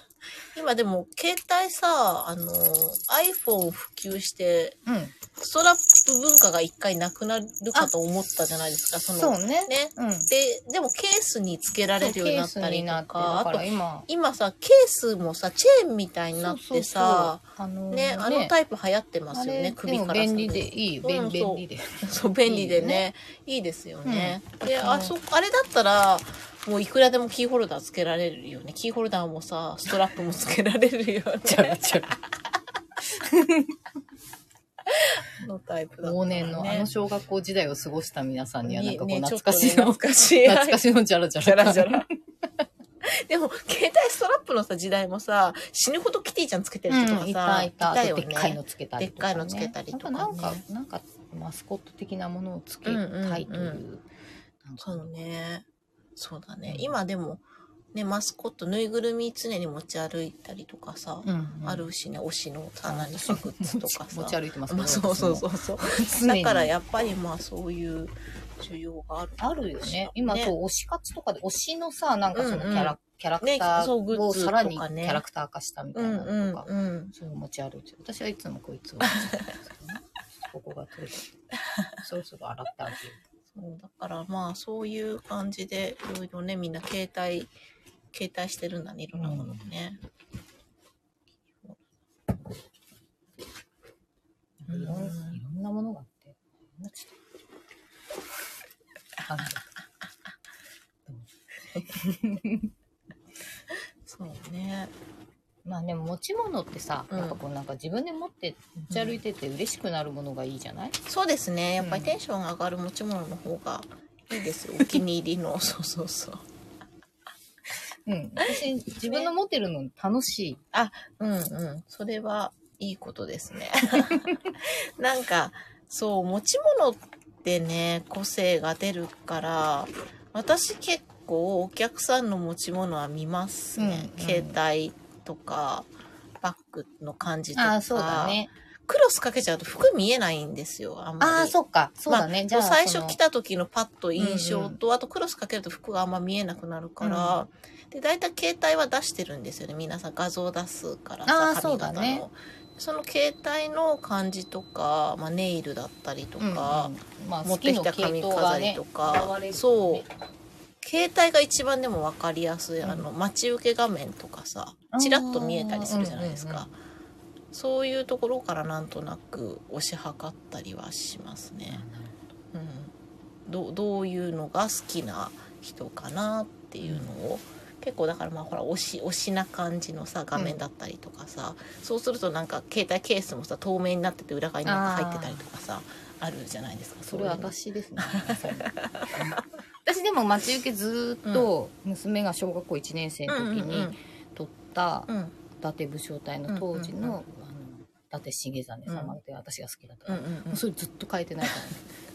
今でも携帯さあの iPhone 普及してうん。ストラップ文化が一回なくなるかと思ったじゃないですかそのそうね。ねうん。で、でもケースにつけられるようになったりとそうケースになってか、だかあとら今、今さ、ケースもさ、チェーンみたいになってさ、そうそうそう、あのーね、あのタイプ流行ってますよあれね、首からで下も便げ利でて。いい、う便んそう便利で。そう、便利でね、いいですよね。で、あ、そ、あれだったら、もういくらでもキーホルダーつけられるよね。キーホルダーもさ、ストラップもつけられる よちゃね。らちゃら。のタイプだった往らね年のあの小学校時代を過ごした皆さんには、なんかこうねね懐かしいの、ちょっとね懐かしい。 懐かしいのじゃらじじゃゃら。らじゃら。 でも、携帯ストラップのさ、時代もさ、死ぬほどキティちゃんつけてる人うがん、いさ、たいた。あとよでね。っかいのつけたりとか、でね。っかいのつけたりとかねなんか、なんか、マスコット的なものをつけたいという。うんうんうなんかそうね。そうだね。うん今でも、ね、マスコット、ぬいぐるみ常に持ち歩いたりとかさ、うんうんあるしね、推しの棚にさ、グッズとかさ。持ち歩いてますまあ、そうそうそうそう。うだからややっぱりまあそういう需要がある。あるよね。今、ねそう、推し活とかで、推しのさ、なんかそのキャラ、うんうキャラクタねそうグーッをズさらにキとかねャラクター化したみたういんなのとか、うんうん。そういうの持ち歩いてる。私はいつもこいつを持ち歩いてますけどね。ここが取れた。そろそろ洗ってあげる。そうだからまあそういう感じでいろいろねみんな携帯携帯してるんだねいろんなものをね。うんいろんいろんなものがあって。なんかちょっと。あのそうね。まあでも持ち物ってさ、うんやっぱこうなんか自分で持って持ち歩いてて嬉しくなるものがいいじゃない、そうですね。やっぱうりんテンションが上がる持ち物の方がいいですよ。お気に入り の。そうそうそう。うん、私自分の持ってるの楽しい。うんうん。それはいいことですね。 なんか、そう、持ち物ってね、個性が出るから、私結構お客さんの持ち物は見ますね。うんうん携帯とか、バッグの感じとか。ああ、そうだ。ね。クロスかけちゃうと服見えないんですよ、あんまり。ああ、そっか。そうだね。じゃあ、最初来た。た時のパッと印象うんと、あとクロスかけると服があんま見えなくなるから、で大体携帯は出してるんですよね皆さん画像出すからあさー髪そうだ型のそ,、ねの携帯の感じとか、まあ、ネイルだったりとうんうんか、まあ、持ってきた髪飾りと好きの系か統が、ねそう携帯が一番でも分かりやすい、うんあの待ち受け画面とかさちらっと見えたりするじゃないですか、そういうところからなんとなく推し量ったりはしますね。うん、どうどういうのが好きな人かなっていうのを、結構だからまあほら推し推しな感じのさ画面だったりとかさ、そうするとなんか携帯ケースもさ透明になってて裏側になんか入ってたりとかさあるじゃないですかそれはういうの私ですね。私でも待ち受けずーっと娘が小学校1年生の時うんうんうにん撮ったうん伊達武将隊の当時うんうんうんのあの伊達重実様って私が好きだったうんから、うんうんもうそれずっと変えてないからね。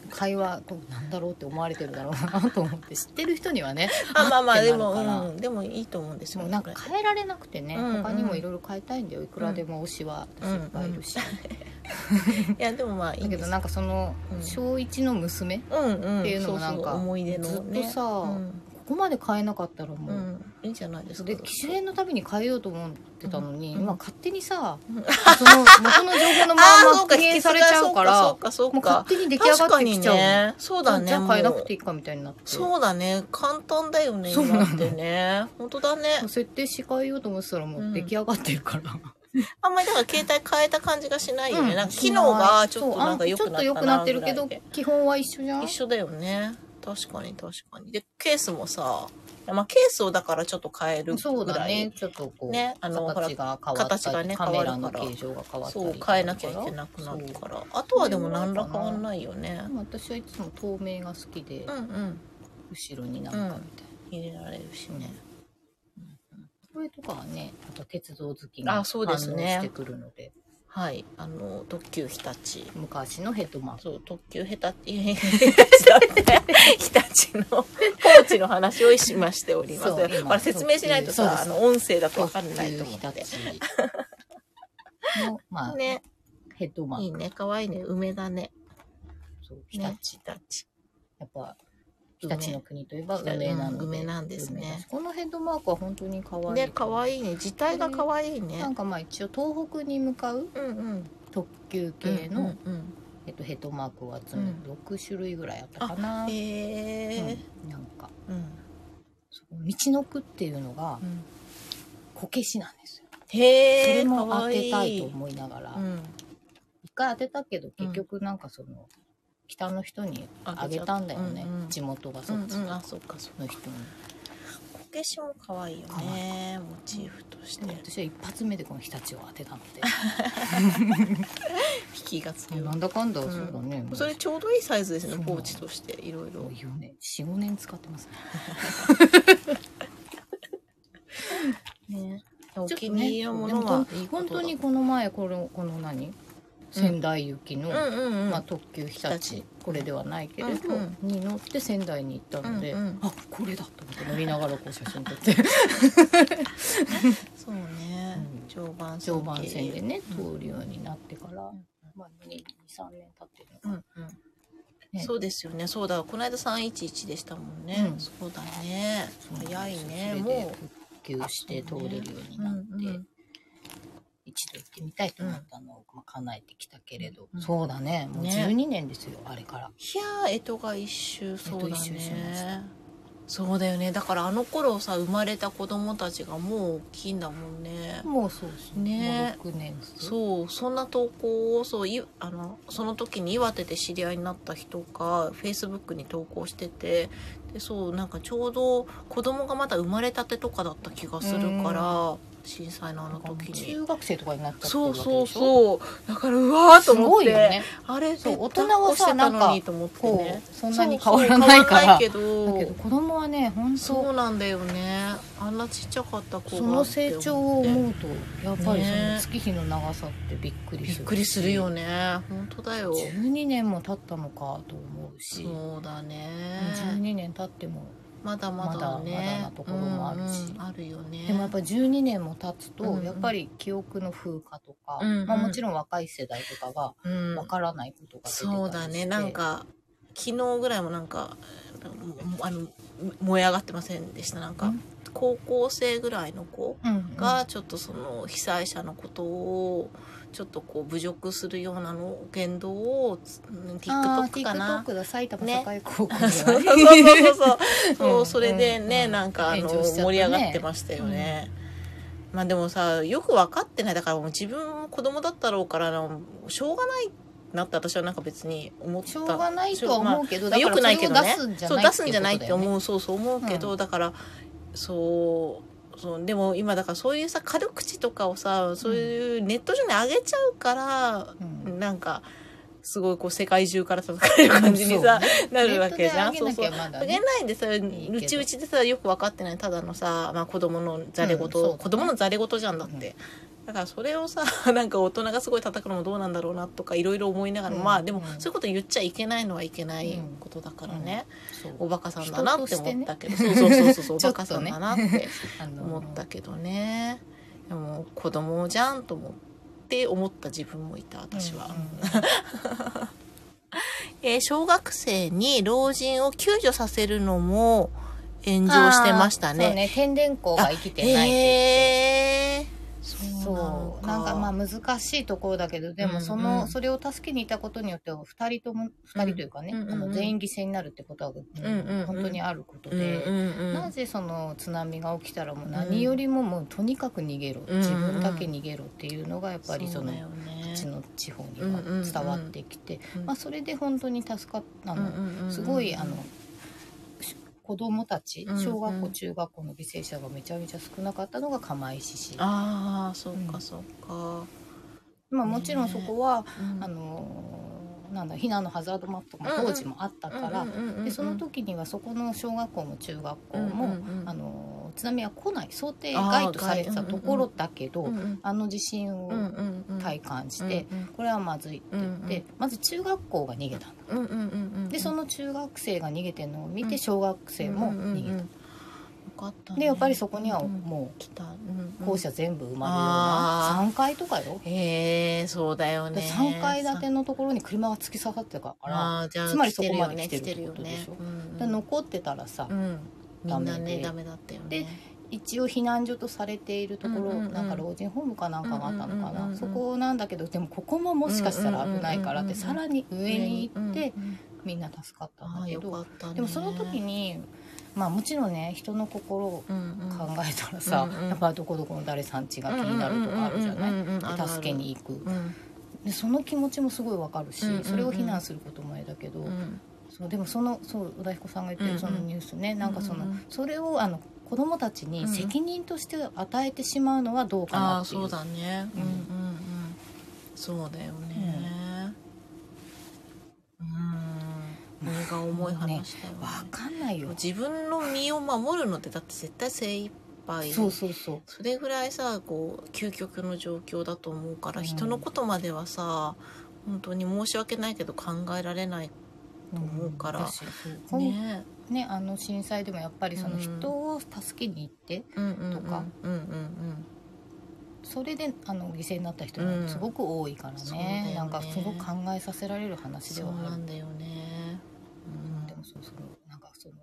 会話こうなんだろうって思われてるだろう なと思って知ってる人にはねあまあまあってでなるからも、うん、でもいいと思うんですよもうなんかこ変えられなくてね、うんうん他にもいろいろ変えたいんだよいくらでも推しは私いっぱいいるし、れいやでもまあいいだんけですどなんかそのうん小1の娘、うんうん、っていうのもなんかそそ思い出の、ずっね、とさ、うんここまで変えなかったらもうう、ん、いいんじゃないですかで機種変のたびに変えようと思ってたのに、うん今勝手にさ、うんその元の情報の まああーまそうか引復元きさ継れれちちゃゃううかかららそうかそうもうか勝手に出来上確がっかてきにちゃうのねそうだじねゃあ変えなくてもいいかみたいになってうそうだね簡単だよねそうなの今ってね本当だね設定し変えようと思ってたらもう出来上がってるから、あんまりだから携帯変えた感じがしないよね、うんなんか機能がちょっとそうあなんか良くなったなちょっと良くなってるけどぐらいで基本は一緒じゃん一緒だよね確かに確かにでケースもさまあケースをだからちょっと変えるぐらいそうだねちょっとこう、ねあの形が変わったり形がねカメラ変わのるから形状が変わったりそう変えなきゃいけなくなるからあとはでも何ら変わんないよねそう私はいつも透明が好きで、うんうん後ろになんかみたいな、入れられるしね、笛とかはね、また鉄道好きあが反そ応うですねしてくるので、はいあの特急日立昔のヘッドマン。そう特急ヘタいやいやヘタチだって日立のコーチの話をしましておりますそだう今から説明しないとそうさですあの音声だと分かんないと思特って急日立の、ま あ、ねヘッドマン。いいね可愛いね梅だねそう、日日立。立日立やっぱ、日梅立の国といえば梅梅なので。うん梅なんですね梅だし。このヘッドマークは本当に可愛い。ね可愛いね字体が可愛いねなんかまあ一応東北に向かううんうん特急系の、うんうんえっと、ヘッドマークを集めうん6種類ぐらいあったかな、うんへえうんなんかうんその道のくっていうのがうんこけしなんですよ、そへえれも可当愛ていたいと思いながらうん一回当てたけど結局なんかその、北の人にあげたんだよね、うんうん地元がうそっんちうんあのそうかそう人に、こけしも可愛いよ可ねモチーフとしてでも私は一発目でこの日立を当てたの引きが強でいなんだかんだんそうだね、もうそれちょうどいいサイズですねそうポーチとしていろいもろう4年45年使ってますねねちょおっとね気に入りのものでもはほん本当にこの前このこの何仙台行きの、うんうんうんまあ、特急日立日立これではないけれど、うんに乗って仙台に行ったので、うんうんあこれだと思って乗りながらこう写真撮って そうねうん常磐線常磐線でねうん通るようになってから、まあ、23年経ってるのかうんな、うんねそうですよねそうだこの間311でしたもんねうんそうだね早いねそれでも復旧して通れるようになって、うんうん一度行ってみたいと思ったのを、まあ、叶えてきたけれど、うんそうだねもうね12年ですよあれから。ういやー干支が一周そう干だ支一周しましねそうだよねだからあの頃さ生まれた子供たちがもう大きいんだもんねもうそうですねもう6年うそうそんな投稿をそういあのその時に岩手で知り合いになった人がフェイスブックに投稿しててでそうなんかちょうど子供がまだ生まれたてとかだった気がするから震災のあの時に中学生とかになっちゃってるそわうけでしょそうそうだからうわーとす思っごいて、よねあれそう大大人人ははささななんんかかにと思ってこう、ねそんなに変そうわそうらないか変らわらないけだどけど子供はね本当そそうなんだよねあんなちっちゃかった子がの成長をって思って思うとやっぱりそのね月日の長さってびっくりびすっるくりするよね本当だよ12年も経ったのかと思うしそうだね12年経ってもまだまだねまだまだなところもあるしうんうんあるよねでもやっぱり12年も経つうんとうんやっぱり記憶の風化とかうんうんまあもちろん若い世代とかがうんわからないことが出てたりしてそうだねなんか昨日ぐらいもなんかもあの燃え上がってませんでしたなんうかん高校生ぐらいの子うんうんがちょっとその被災者のことをちょっとこう侮辱するようなの言動をつうんあー TikTok かな TikTok だ埼玉ね栄高校そう でそうはねそうそううそんうんうそれでね、うんなんかあの炎上しちゃったね盛り上がってましたよね、まあでもさよく分かってないだからもう自分も子供だったろうからなしょうがないなって私はなんか別に思ったしょうがないとは思うけまあど、だよかくらないそけれをど出ねすんじゃそうない出すんじゃないってうことだよね。思うそうそう思うけど、うだからそうそうでも今だからそういうさ軽口とかをさそういうネット上に上げちゃうから、うんなんかすごいこう世界中から叩かれる感じにさ、なるわけじゃん。ネットそうそうで上げなきゃまだあげね。ないんでさ、いけうどちうちでさ、よく分かってない、ただのさ、まあ子供のざれ言、うんそうだね子供のざれ言じゃんだって。だからそれをさ、 なんか大人がすごい叩くのもどうなんだろうなとか、いろいろ思いながら、うんまあでもうん、そういうこと言っちゃいけないのはいけないうんことだからね、そうおバカさんだなって思ったけど、人としてねそうそうそうそうそう、お ちょっとねバカさんだなって あの思ったけどね。でも、子供じゃんと思って思った自分もいた、私は。うんえー小学生に老人を救助させるのも炎上してましたそうね。ね、天然光が生きてないって。えー、そうなのそうかなんかまあ難しいところだけどでもその、うんうんそれを助けにいたことによっては2人とも2人というかね、うんうんうんあの全員犠牲になるってことは、んうん本当にあることうんで、うんうん、なぜその津波が起きたらもう何よりももうとにかく逃げろ、うん自分だけ逃げろっていうのがやっぱりそのうだよねうちの地方には伝わってきて、うんまあ、それで本当に助かったうんの、うんうんすごいあのし子供たちうんうん小学校中学校の犠牲者がめちゃめちゃ少なかったのが釜石市、ああそううかんそうか、まあ、もちろんそこは、うんあのーなんだ避難のハザードマップも当時もあったから、うんうんうんうんでその時にはそこの小学校も中学校うんうんも、うんあの津波は来ない想定外とされてたところだけど、うんあの地震うんうんをうんうん体感して、うんこれはまずいって言って、うんまず中学校が逃げたんだうんうんうんうんでその中学生が逃げてるのを見うてん小学生も逃げた、うんうんうんよかったねでやっぱりそこにはうんうんも来た、うんううん校舎全部埋まるような3階とかよへえそうだよね3階建てのところに車が突き刺さってたからあーじゃあつまりそこまで来てるよ来てるねってことでしょうんで残ってたらさ、うんみんなねダダメだったよねで一応避難所とされているところ、うんうんうんなんか老人ホームかなんかがあったのかな、うんうんうんうんそこなんだけどでもここももしかしたら危ないからって、うんうんうんうさんらに上に行って、うんうんみんな助かったんあだあけよどかったねでもその時にまあもちろんね人の心をうんうん考えたらさ、うんうんやっぱどこどこの誰さんちが気になるとかあるじゃない、うんうんうんうんあるあるで助けに行くうんでその気持ちもすごいわかるし、うんうんうんそれを非難することもあれだけど、うんそうでもそのそう小田彦さんが言ってうんうるんそのニュースね、なんかその、うんうんそれをあの子どもたちに責任として与えてしまうのはどうかあなあっていう,、そうだねうんうんうんそうだよねうん身が重い話だよねわかんないよ、自分の身を守るのってだって絶対精一杯そうそうそうそれぐらいさこう究極の状況だと思うから、うん人のことまではさ本当に申し訳ないけど考えられない思うからんだしそう今ねね。あの震災でもやっぱりその人を助けに行って、うんうんうんとかうんうんうんそれであの犠牲になった人もすごく多いからうんそうだよね,、ねなんかすごく考えさせられる話でそうはあなるんだよね。うんでもそうそのなんかその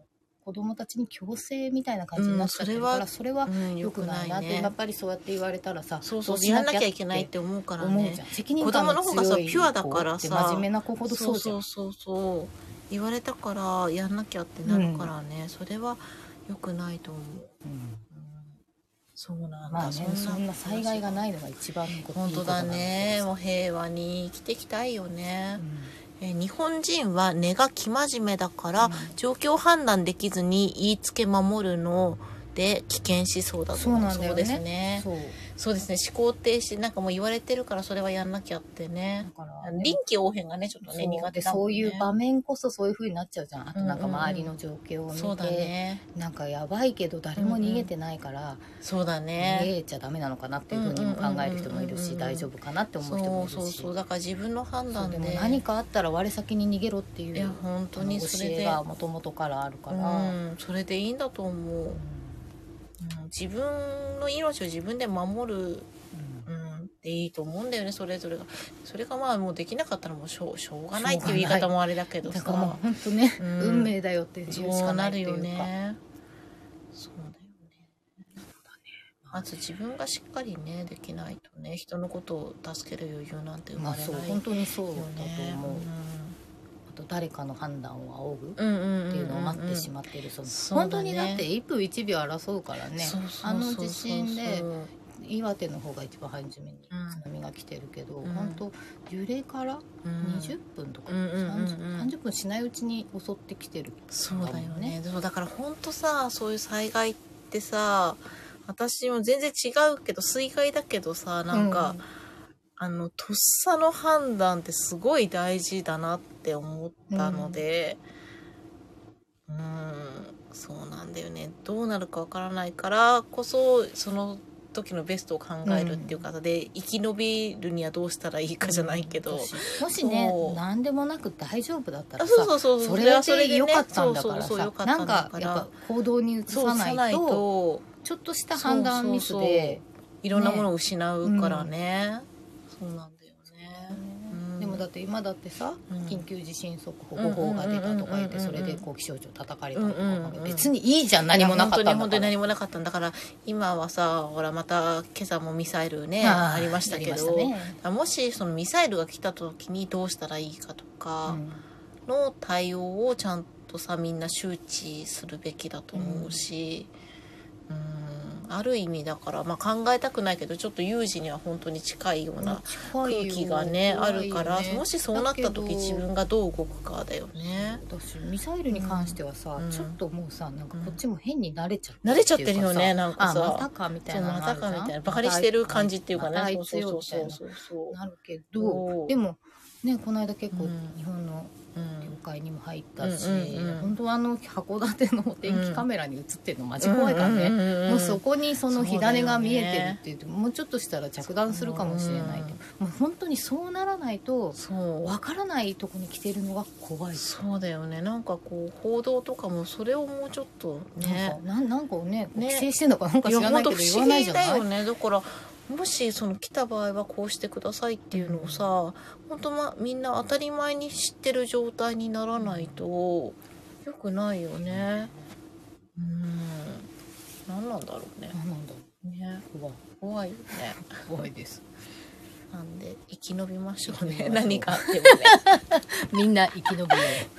子供たちに強制みたいな感じになっちゃってるから、うんそれはうん良良くないなって、やっぱりそうやって言われたらさそうそうしやんなきゃいけないって思うから思うねじゃん責任感の子供の方強がいさピュアだからさ子って真面目な子ほどそそううじゃそんうそうそう言われたからやんなきゃってなるからね、それは良くないと思う、うんうんそうなんだ、まあねそんな災害がないのが一番本当だねいいこもう平和に生きていきたいよねとなんだけどさ、えー日本人は根が生真面目だから、うん状況判断できずに言いつけ守るので危険しそうだと思そうなんだよそうねですうんねそうそうですね思考停止なんかもう言われてるからそれはやんなきゃってだねから臨機応変がねちょっとねそう苦手でだもそんうねいう場面こそそういう風になっちゃうじゃんあとなんかうんうんうん周りの状況を見て、そうだねなんかやばいけど誰も逃げてないから、そうだ逃ねげちゃダメなのかなっていう風にも考える人もいるし、うんうんうんうん大丈夫かなって思そう人もういるしそうそうだから自分の判そう断ででも何かあったら我先に逃げろっていいやう本当に教それえでがもともとからあるから、うん、それでいいんだと思う、うん、自分の命を自分で守る、うんうん、でいいと思うんだよねそれぞれがそれがまあもうできなかったらもうしょうしょうがないっていう言い方もあれだけどださからもう本当ね、うん運命だよっていうしそうかなないってるいうよか、ねそうだよねまず自分がしっかりねできないとね人のことを助ける余裕なんて生ままあれないそうよ本当にそうだとね思う、あと誰かの判断を仰うぐんうんっていうのを待ってしまってる、その本当にだって1分1秒争うからねそうそうそうそうあの地震で岩手の方が一番初めに津波が来てるけど、うん本当揺れからうん20分とかうんうんうんうん 30, 30分しないうちに襲ってきてるそうだよね。そうだから本当さ、そういう災害ってさ、私も全然違うけど、水害だけどさ、なんか、あの、とっさの判断ってすごい大事だなって思ったので、うん、そうなんだよね。どうなるかわからないからこそ、その時のベストを考えるっていうかさ、で、生き延びるにはどうしたらいいかじゃないけど、うんもしねそう何でもなく大丈夫だったらあさそうそうそうう、そはれそれでで良ねかったんだからそうそうそう良さかっなたんんかだやからっぱ行動に移そうささなないいとと、ちょっとした判断ミスでいろんなものを失うからね。そうなんだよね。うんでもだって今だってさ、うん緊急地震速報うんうん5うんうんうん報が出たとか言ってそれでこう気象庁叩かれたとか、うんうんうん別にいいじゃん何もなかったんいや本だか当に本当にら何もなかったんだから、今はさ、ほらまた今朝もミサイルね、ああーりましたけど、ありましたねもしそのミサイルが来た時にどうしたらいいかとかの対応をちゃんとさ、みんな周知するべきだと思うし、うん、ある意味だから、まあ考えたくないけど、ちょっと有事には本当に近いようなうん空気がねあるから、怖いよねもしそうなった時だけど自分がどう動くかだよね私ミサイルに関してはさ、うんちょっともうさなんかこっちも変に慣れちゃって慣れちゃってるよねなんかあさまたかみたそいうなまのたあるじゃかんみたいなバカにしてる感じっていうかまたあねいそつうよそうみたいそうなそうそなるけそどうでもねこの間結構うん日本のうう業ん界にも入ったし、うんうんうん本当はあの函館のお天気カメラに映ってるのマジ怖いからね、うんうんうんうんそこにその火種が見えてるって言って、もうちょっとしたら着弾するかもしれないって、もう本当にそうならないとそうわからないとこに来てるのが怖いそうだよねなんかこう報道とかもそれをもうちょっとねなんかなんなんかねね規制してんのかなんかい知やらない本当けど不思言わない議じゃないだよねだからもしその来た場合はこうしてくださいっていうのをさ本当まみんな当たり前に知ってる状態にならないと良くないよねうん何なんだろうねなんなんだね怖い怖いよね怖いですなんで生き延びましょう生きね延びましょう何かあってもねみんな生き延びよ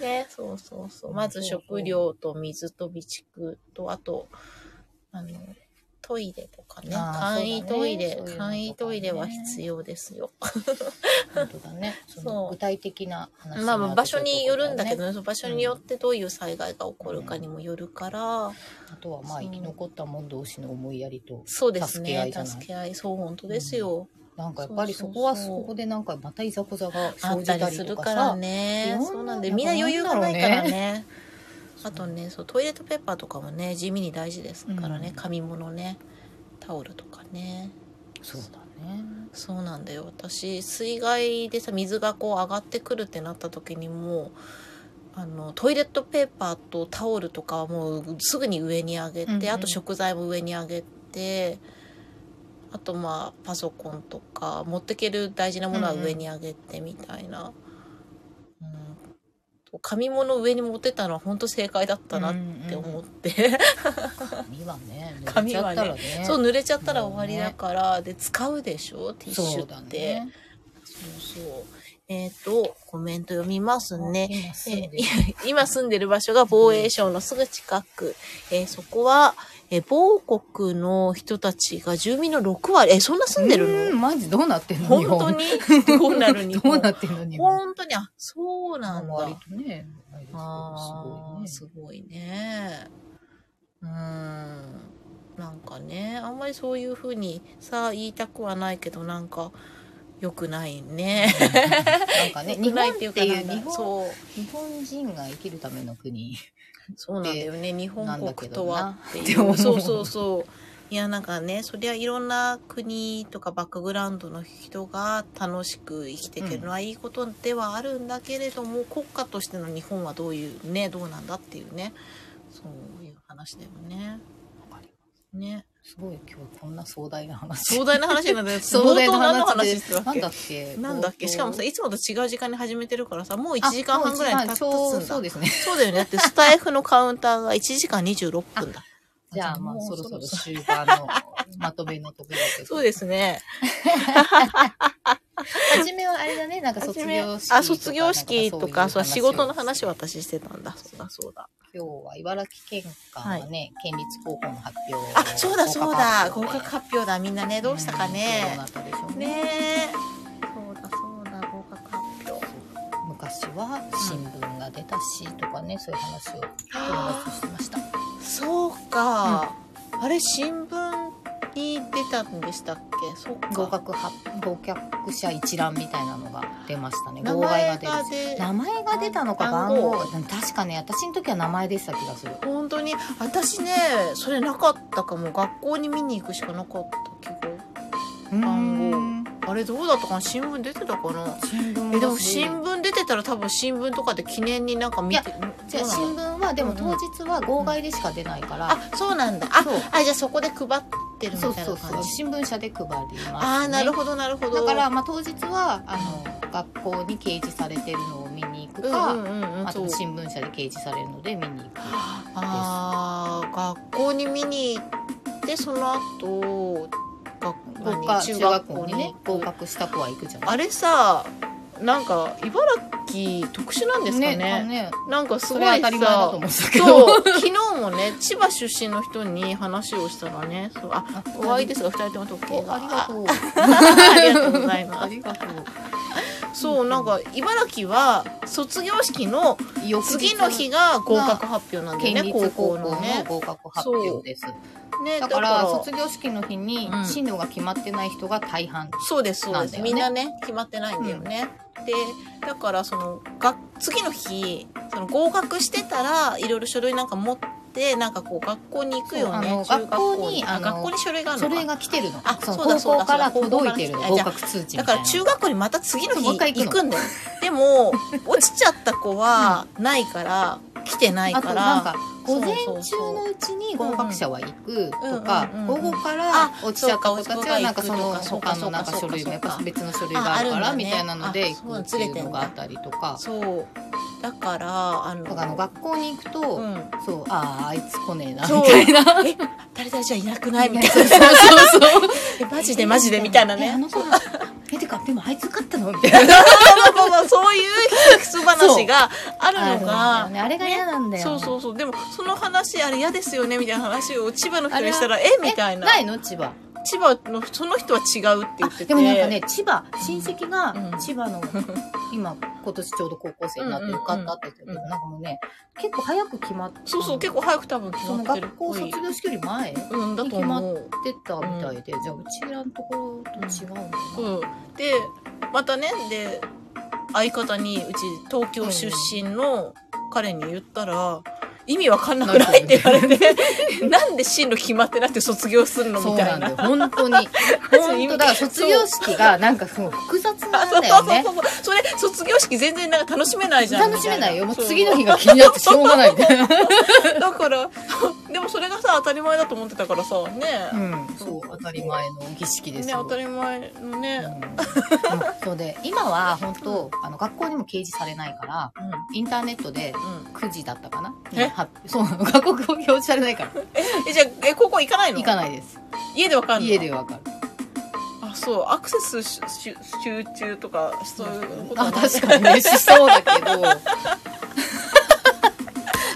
ね、そうそうそう。まず食料と水と備蓄と、あと、あの、トイレとかね。あー簡易そうだねトイレ、そういうのとかね簡易トイレは必要ですよ。う本当 だねそのそう具体的な話にまなあるまあと場所によるんだけそういうことだねどね、その場所によってどういう災害が起こるかにもよるから、あとはまあそう生き残った者同士の思いやりとそうです助け合いね。じゃない助け合い。そう、本当ですよ。なんかやっぱりそそそううそうこはそこでなんかまたいざこざがあっ生じたたりりすとるかからさいねや。そうなんで、なんかみんな余裕がないからなんだろうね。あとね、そう、トイレットペーパーとかもね、地味に大事ですからねう。ん紙物ね。タオルとかね。そうだねそうなんだよ私水害でさ水がこう上がってくるってなった時にもうあのトイレットペーパーとタオルとかはもうすぐに上に上げて、うんうんあと食材も上に上げてあとまあパソコンとか持ってける大事なものは上に上げてみたいな、うんと紙物上に持ってったのは本当正解だったなって思って、紙はね紙はね濡れちゃったらね そう濡れちゃったら終わりだから、で使うでしょティッシそュうだって。ねそうそう。えっ、と、コメント読みますね。今住んでえるー今住んでる場所が防衛省のすぐ近く。えーそこは、えー某国の人たちが住民の6割、えーそんな住んでるうーんマジどうなってんのの本当にどうなる日 どう本なってんの日本本当に、あ、そうなんだ。割とねあれですけどあーすすごいね。うーん。なんかね、あんまりそういうふうにさ、言いたくはないけど、なんか、良くないね。ごいねなんかね日良くな本いっていうかなんだ日本そう。日本人が生きるための国そうなんだよね日本国とはってなんだけいどなうそうそうそういやなんかねそりゃいろんな国とかバックグラウンドの人が楽しく生きていけるのはいいことではあるんだけれども、国家としての日本はどういうねどうなんだっていうねそういう話だよね。ね、すごい今日こんな壮大な話壮大な話なんだよ 壮大な冒頭何の話で話してたっなんけだっけなんだっけしかもさいつもと違う時間に始めてるからさもう1時間半ぐらい経たつんだそうですねそうだよねだってスタイフのカウンターが1時間26分だじゃあまあもうそろそろ終盤のまとめのところで そうですね。初めはあれだねなんか卒業式とかあ、卒業式とか、そう、仕事の話はを私してたんだ。そうだ、そうだ。今日は茨城県からね、県立高校の発表あ、そうだ、そうだ。合合格格発発表だ。みんなね、表どうしたかね。うんどうなったでしょうねねえ。そうだ、そうだ、合格発表。昔は新聞が出たしとかね、そういう話を友達してましたそうか。あれ、新聞に出たんでしたっけそうか。合格は合格者一覧みたいなのが出ましたね名号外前が出るが出名前が出たのか番番号号が確かね私の時は名前でした気がする本当に、私ね、それなかったかも。学校に見に行くしかなかった気番号が。あれ、どうだったかな新聞出てたかな新聞えがでも新聞出てたら多分新聞とかで記念になんか見てじゃあそうな新んだ聞はでも当日は号外でしか出ないから、あそうなんだあそうあじゃあそこで配ってるみたそういな感じそうそう新聞社で配ります、ね、ああなるほどなるほどだから、まあ、当日はあの学校に掲示されてるのを見に行くか、うんうんうんうんあそうと新聞社で掲示されるので見に行くあー学校に見に行ってその後学合何格中中学学校校ににね合行く格した子は行くじゃないあれさなんか茨城特殊なんですかねあのねなんかすそごれはいさ当たり前だと思ってたけどそう昨日もね千葉出身の人に話をしたらねそうああお会いですが2人とも時計おがありがとう ありがとうございあますりがとうそうなんか茨城は卒業式の翌日次の日が合格発表なんだよ県ね立高高校校ののね合格発表ですねだだかからら卒業式の日にうん進路が決まってない人が大半、そうですそうです、なんだよねみんなね決まってないんだよね、でだからそのが次の日その合格してたらいろいろ書類なんか持っってなんかこう学校に行くよねそうあ中の学校学校にああの学校に書類があるの書か類が来てるの。あそうそうだそうだ高校からそうだ届いてるの。高校合から格通知みだたかいな。ら中学校にまた次の日もう一回行行くくんだよで も落ちちゃった子はないから来てないあかとなんらか午前中のうちに合格者は行くとか、うんうんうんうん午後から落ちちゃった子たちはあなんかそうそかのそうか他のなんかそ書うかそうか類もやっぱ別の書類あがああるるんかだらねみたいなのであ行くっていうのがあったりとか。そうだからあのとかあの学校に行くと、うんそうあああいつ来ねえなそうみたいな。 え誰々ちゃんいなくないみたいそうな そうそうそう。えマジでマジでみたいなえあねの さ、えてかでもあいつ勝ったのみたいな。そうそうそうそういう比較す話があるのがあるんだよねあれが嫌なんだよ。そうそうそうでもその話あれ嫌ですよねみたいな話を千葉の人にしたらえみたいなないの千葉。千葉のその人は違うって言っててあでもなんかね千葉親戚がうん千 葉の、今今年ちょうど高校生になって受かったって言ってたけうど、んうんなんかもうね結構早く決まってそうそう結構構早く多分決そまのってる学校卒業式より前出うんだと思うたみたいで、じゃあうちらのところと違うのかな、うんでまたねで相方にうち東京出身の彼に言ったら意味わかんなくないって言われ てなんで進路決まってなくて卒業するのそうみたないんだよな。本当に本当だから卒業式がなんかすごい複雑あな そんうだそうよそうねそうそれ卒業式全然なんか楽しめないじゃん楽しめないよもうそう次の日が気になってしょうがないみたい なだからでもそれがさ当たり前だと思ってたからさね,、うんそう当たり前の儀式ですねよ当たり前のうね、んそうで今は本当あの学校にも掲示されないからうんインターネットでうん9時だったかなえ発表そう なの学校表示されないからえじゃあえ高校行かないの行かないです家でわかんない家でわかるあそうアクセスしし集中とかそういうことあはない確かにねしそうだけど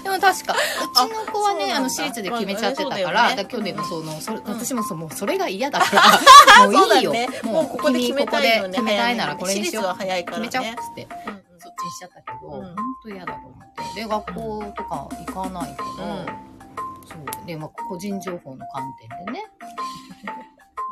でも確かうちの子はあそうなんねだあの私立で決めちゃってたから,、まあねそうだよねだから去年のそのそれ、ん私もそうもうそれが嫌だからもういい そうだよねもうここで決めたいよね決めたいならこれにしよう私立は早いからね決めちゃおうっつってうんうんそっちにしちゃったけど、うんほんと嫌だと思って。で、学校とか行かないから、うんそう。で、まあ、個人情報の観点 でね、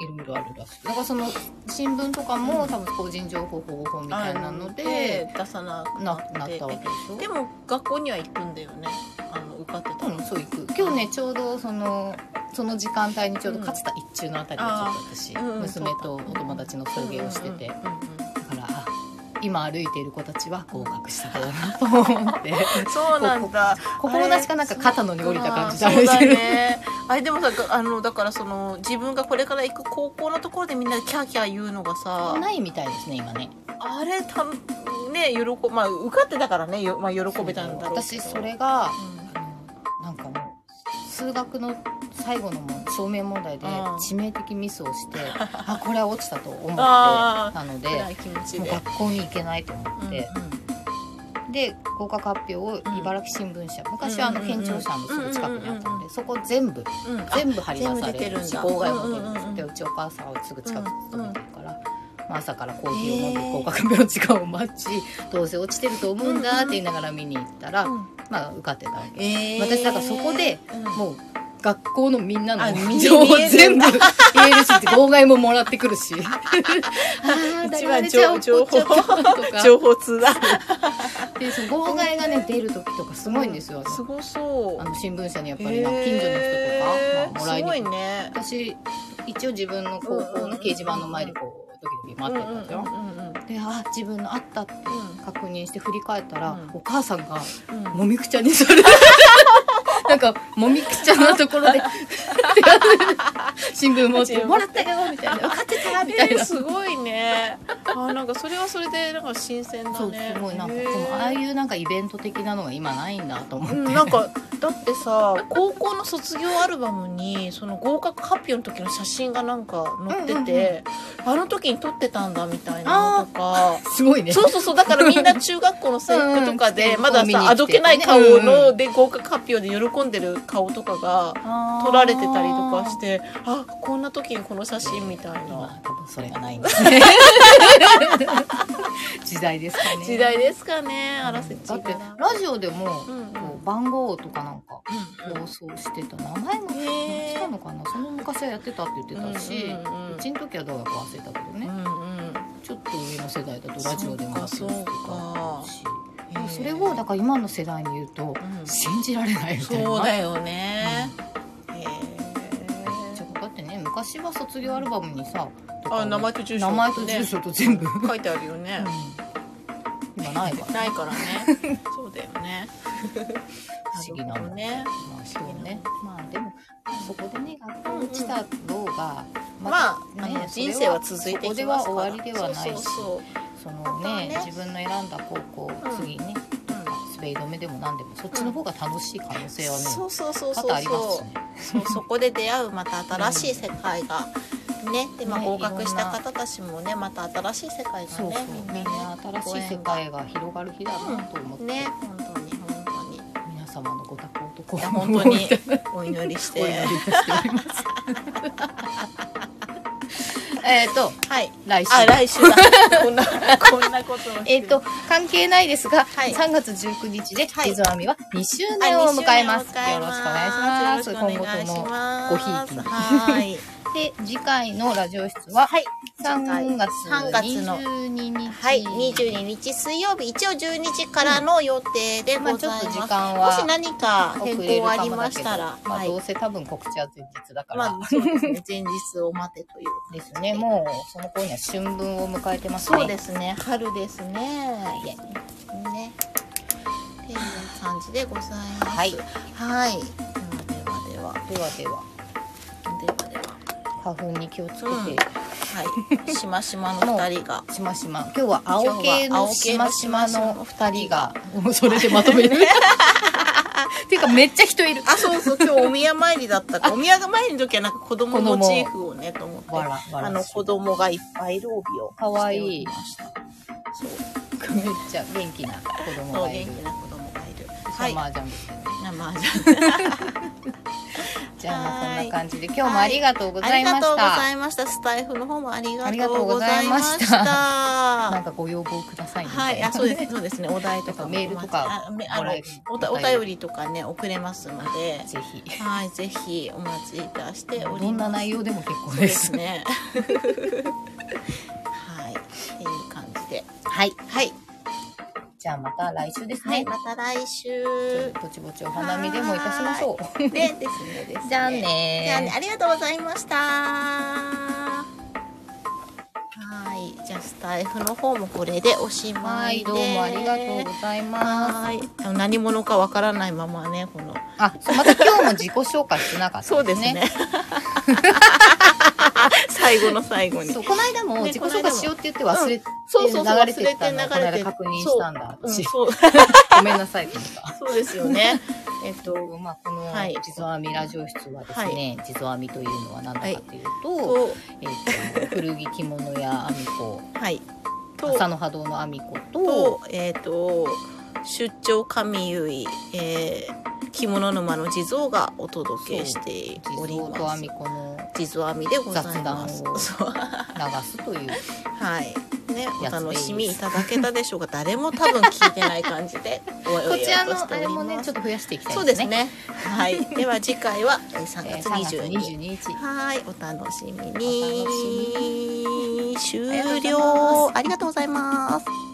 いろいろあるらしい。だからその、新聞とかも、多分個人情報保護法みたいなので、出さなくな、ななっってたわけでしょ。でも学校には行くんだよねあの受かってたうん、そう行く。今日ね、ちょうどその、その時間帯にちょうど勝田一中のあたりがちょっと私、あーうん娘とお友達の送迎をしてて、うんだうんうんから、あ今歩いている子たちは合格した子だなと思って。そうなんだ心なしかなんか肩のに降りた感じであ歩れいそうだてる。ねあれでもさあのだからその自分がこれから行く高校のところでみんなでキャーキャー言うのがさないみたいですね、今ね。あれたね喜まあ受かってたからねよまあ喜べたんだろうけ私、どそれが、うんあのなんかもう、数学の最後のもん証明問題でうん致命的ミスを して、あ、これは落ちたと思ってあーたので、暗い気持ちもうで学校に行けないと思って、うんうんで、合格発表を茨城新聞社、昔はあのうんうんうん県庁舎のすぐ近くにあったうんうんのうんうで、そこ全部、うん、あ全部張り出さ全部出てれるるんしだ号外も出るんですうんうんうんでうちお母さんはすぐ近くに勤めてるから、まあ、朝からコーヒーを飲んでへー合格の時間を待ちどうせ落ちてると思うんだって言いながら見に行ったら、うんまあ受かってたわけ、えー私だからそこで、うんもう学校のみんなあの見え情報を見える全部言えるし号外ももらってくるしああ一誰番々ちゃん怒情っちゃ ったとか情報通だでその号外がね出る時とかすごいんですよ、すごそうあの新聞社にやっぱりな近所の人とか、まあ、もらいすにご来いね私一応自分の高校の掲示板の前でこうドキドキ待ってたんですよ、であ自分のあったって確認して振り返ったら、うんお母さんがうんうんうんうんもみくちゃにそれ なんかもみくちゃなところで新聞持って「もらったよ」みたい な「受かってた」みたいえーな。すごいねあなんかそれはそれでなんか新鮮だねそうすごいなんかへでーもああいうなんかイベント的なのが今ないんだと思って、うんなんかだってさ高校の卒業アルバムにその合格発表の時の写真がなんか載ってて、あの時に撮ってたんだみたいなのとか すごいねそうそうそうだからみんな中学校の制服とかうんでうんまだ見に来さあてどけない顔うんうので合格発表で喜んでる顔とかが撮られてたりとかしてあこんな時にこの写真みたい今な多分それがない んですね 時代ですかね時代ですかねだあっらてせラジオでも、うんうんこう番号とかなんかうんうん放送してた名前もへーしたのかなその昔はやってたって言ってたし、ううんうんうんちの時はどうやか忘れたけどね、うんうんちょっと上の世代だとラジオでもやってる人とかあるしでもそれをだから今の世代に言うとうん信じられないみたいなそうだよね。へちょーだってね昔は卒業アルバムにさとかあ、名前と住所、名前と住所と全部、ね書いてあるよね。うん今ないわねない からね。そうだよね。不思議なもんね。まあそうねまあでもそこでね学校落ちたろうが、まあ、あねのそれ人生は続いていきますから。そこでは終わりではないそうしそうそのまあねね自分の選んだ高校、うん次ねそう。うん滑り止めでも何でもそっちの方が楽しい可能性はね、そうそうそう多そう々ありますしねそうそこで出会うまた新しい世界がねで、まあ、 ね合格しいろたんな方たちもねまた新しい世界がそうねそうみんなみねんな新しい世界が広がる日だなと思って、ね本当に本当 にい皆様のご多幸とごや本本当当ににお祈りし お祈てりいたしております えっとはい来週あ来 週だこんなこんなことをしてえっと関係ないですが、はい3月19日ではい手編みは2周年を迎えます,、あよろしくお願いしますよろしくお願い今後しともますごひいきにはいで次回のラジオ室ははい3月3月の22日はい、22日水曜日、一応12時からの予定でまあごちざょっいとます。時間もしは何か遅れ変るか更あもだけどりましたら、まあ、はいどう。せ多分告知は前日だから、まあ、そうですね。前日を待てという。ですねもうその頃には春分を迎えてますねそうですね。春ですね。ね。っていう感じでございます。はいはい。ではではではではでは。ではでは。花粉に気をつけて、はい。しましまの二人が。しましま今日は青今系日はの青し系まのしまの2人がもうそれでままととめめ るるていうかめっちゃ人いるあ、そうそう。今日お宮参りだったから、お宮参りの時はなんか子供モチーフをね、と思って。わらわらあの子供がいっぱいいる帯をかわいいしておりました。そう、めっちゃ元気な子供そうがい元る気な子供がいる。サはい。マージャンですよねまあじゃあまあこんな感じで今日もありがとうごあざいりがまとうしござたいました。スタイフの方もありあがりがととううごござざいいまましたした。なんはかご要望くださいみたいい、なあ、そうです、そうですね。お題とかもメールとかあめあもらのえるおたお便りとかね送れますので、ぜひはい、ぜひお待ちいたしております。どんな内容でも結構そうでですすね。はい、っていう感じで、はいはい、じゃあまた来週ですはい、ね、また来週。ぼちぼちお花見でもいたしましょうでですね、ですね。じゃあねじゃあね、ありがとうございました。はーい、じゃあスタイフの方もこれでおしまはいいで。どうもありがとうございますはーい、あの何者かわからないままね、この。あそうまた今日も自己紹介してなかったそうですね。最後の最後にそ。うこの間もね自己紹介しようって言って忘れて、そうそうそう流れてたのを忘れて流れてこの間確認したんだ、うん、私そう、 ごめんなさいと思 った。そうですよね。えっと、まあ、このはい地蔵編みラジオ室はですね、地蔵編みというのは何だかというと,、と、えーと古着着物や編み子はい。と、朝の波動の編み子とと、えっ、と、出張神結い、えー、着物沼の地蔵がお届けしてお地り蔵とま編すみ。子の地蔵編みでございます雑談。をそう流すという はい。ね、おやつです楽しみいただけたでしょうか。誰も多分聞いてない感じ で、おこちらおのしてあおれりもねまちすょっと増やしていきたいそうですね。はい。 では次回はえー3えー月3月22 22日。日はい、お楽しみお楽しに。終ありがとうございま了。ありがとうございます。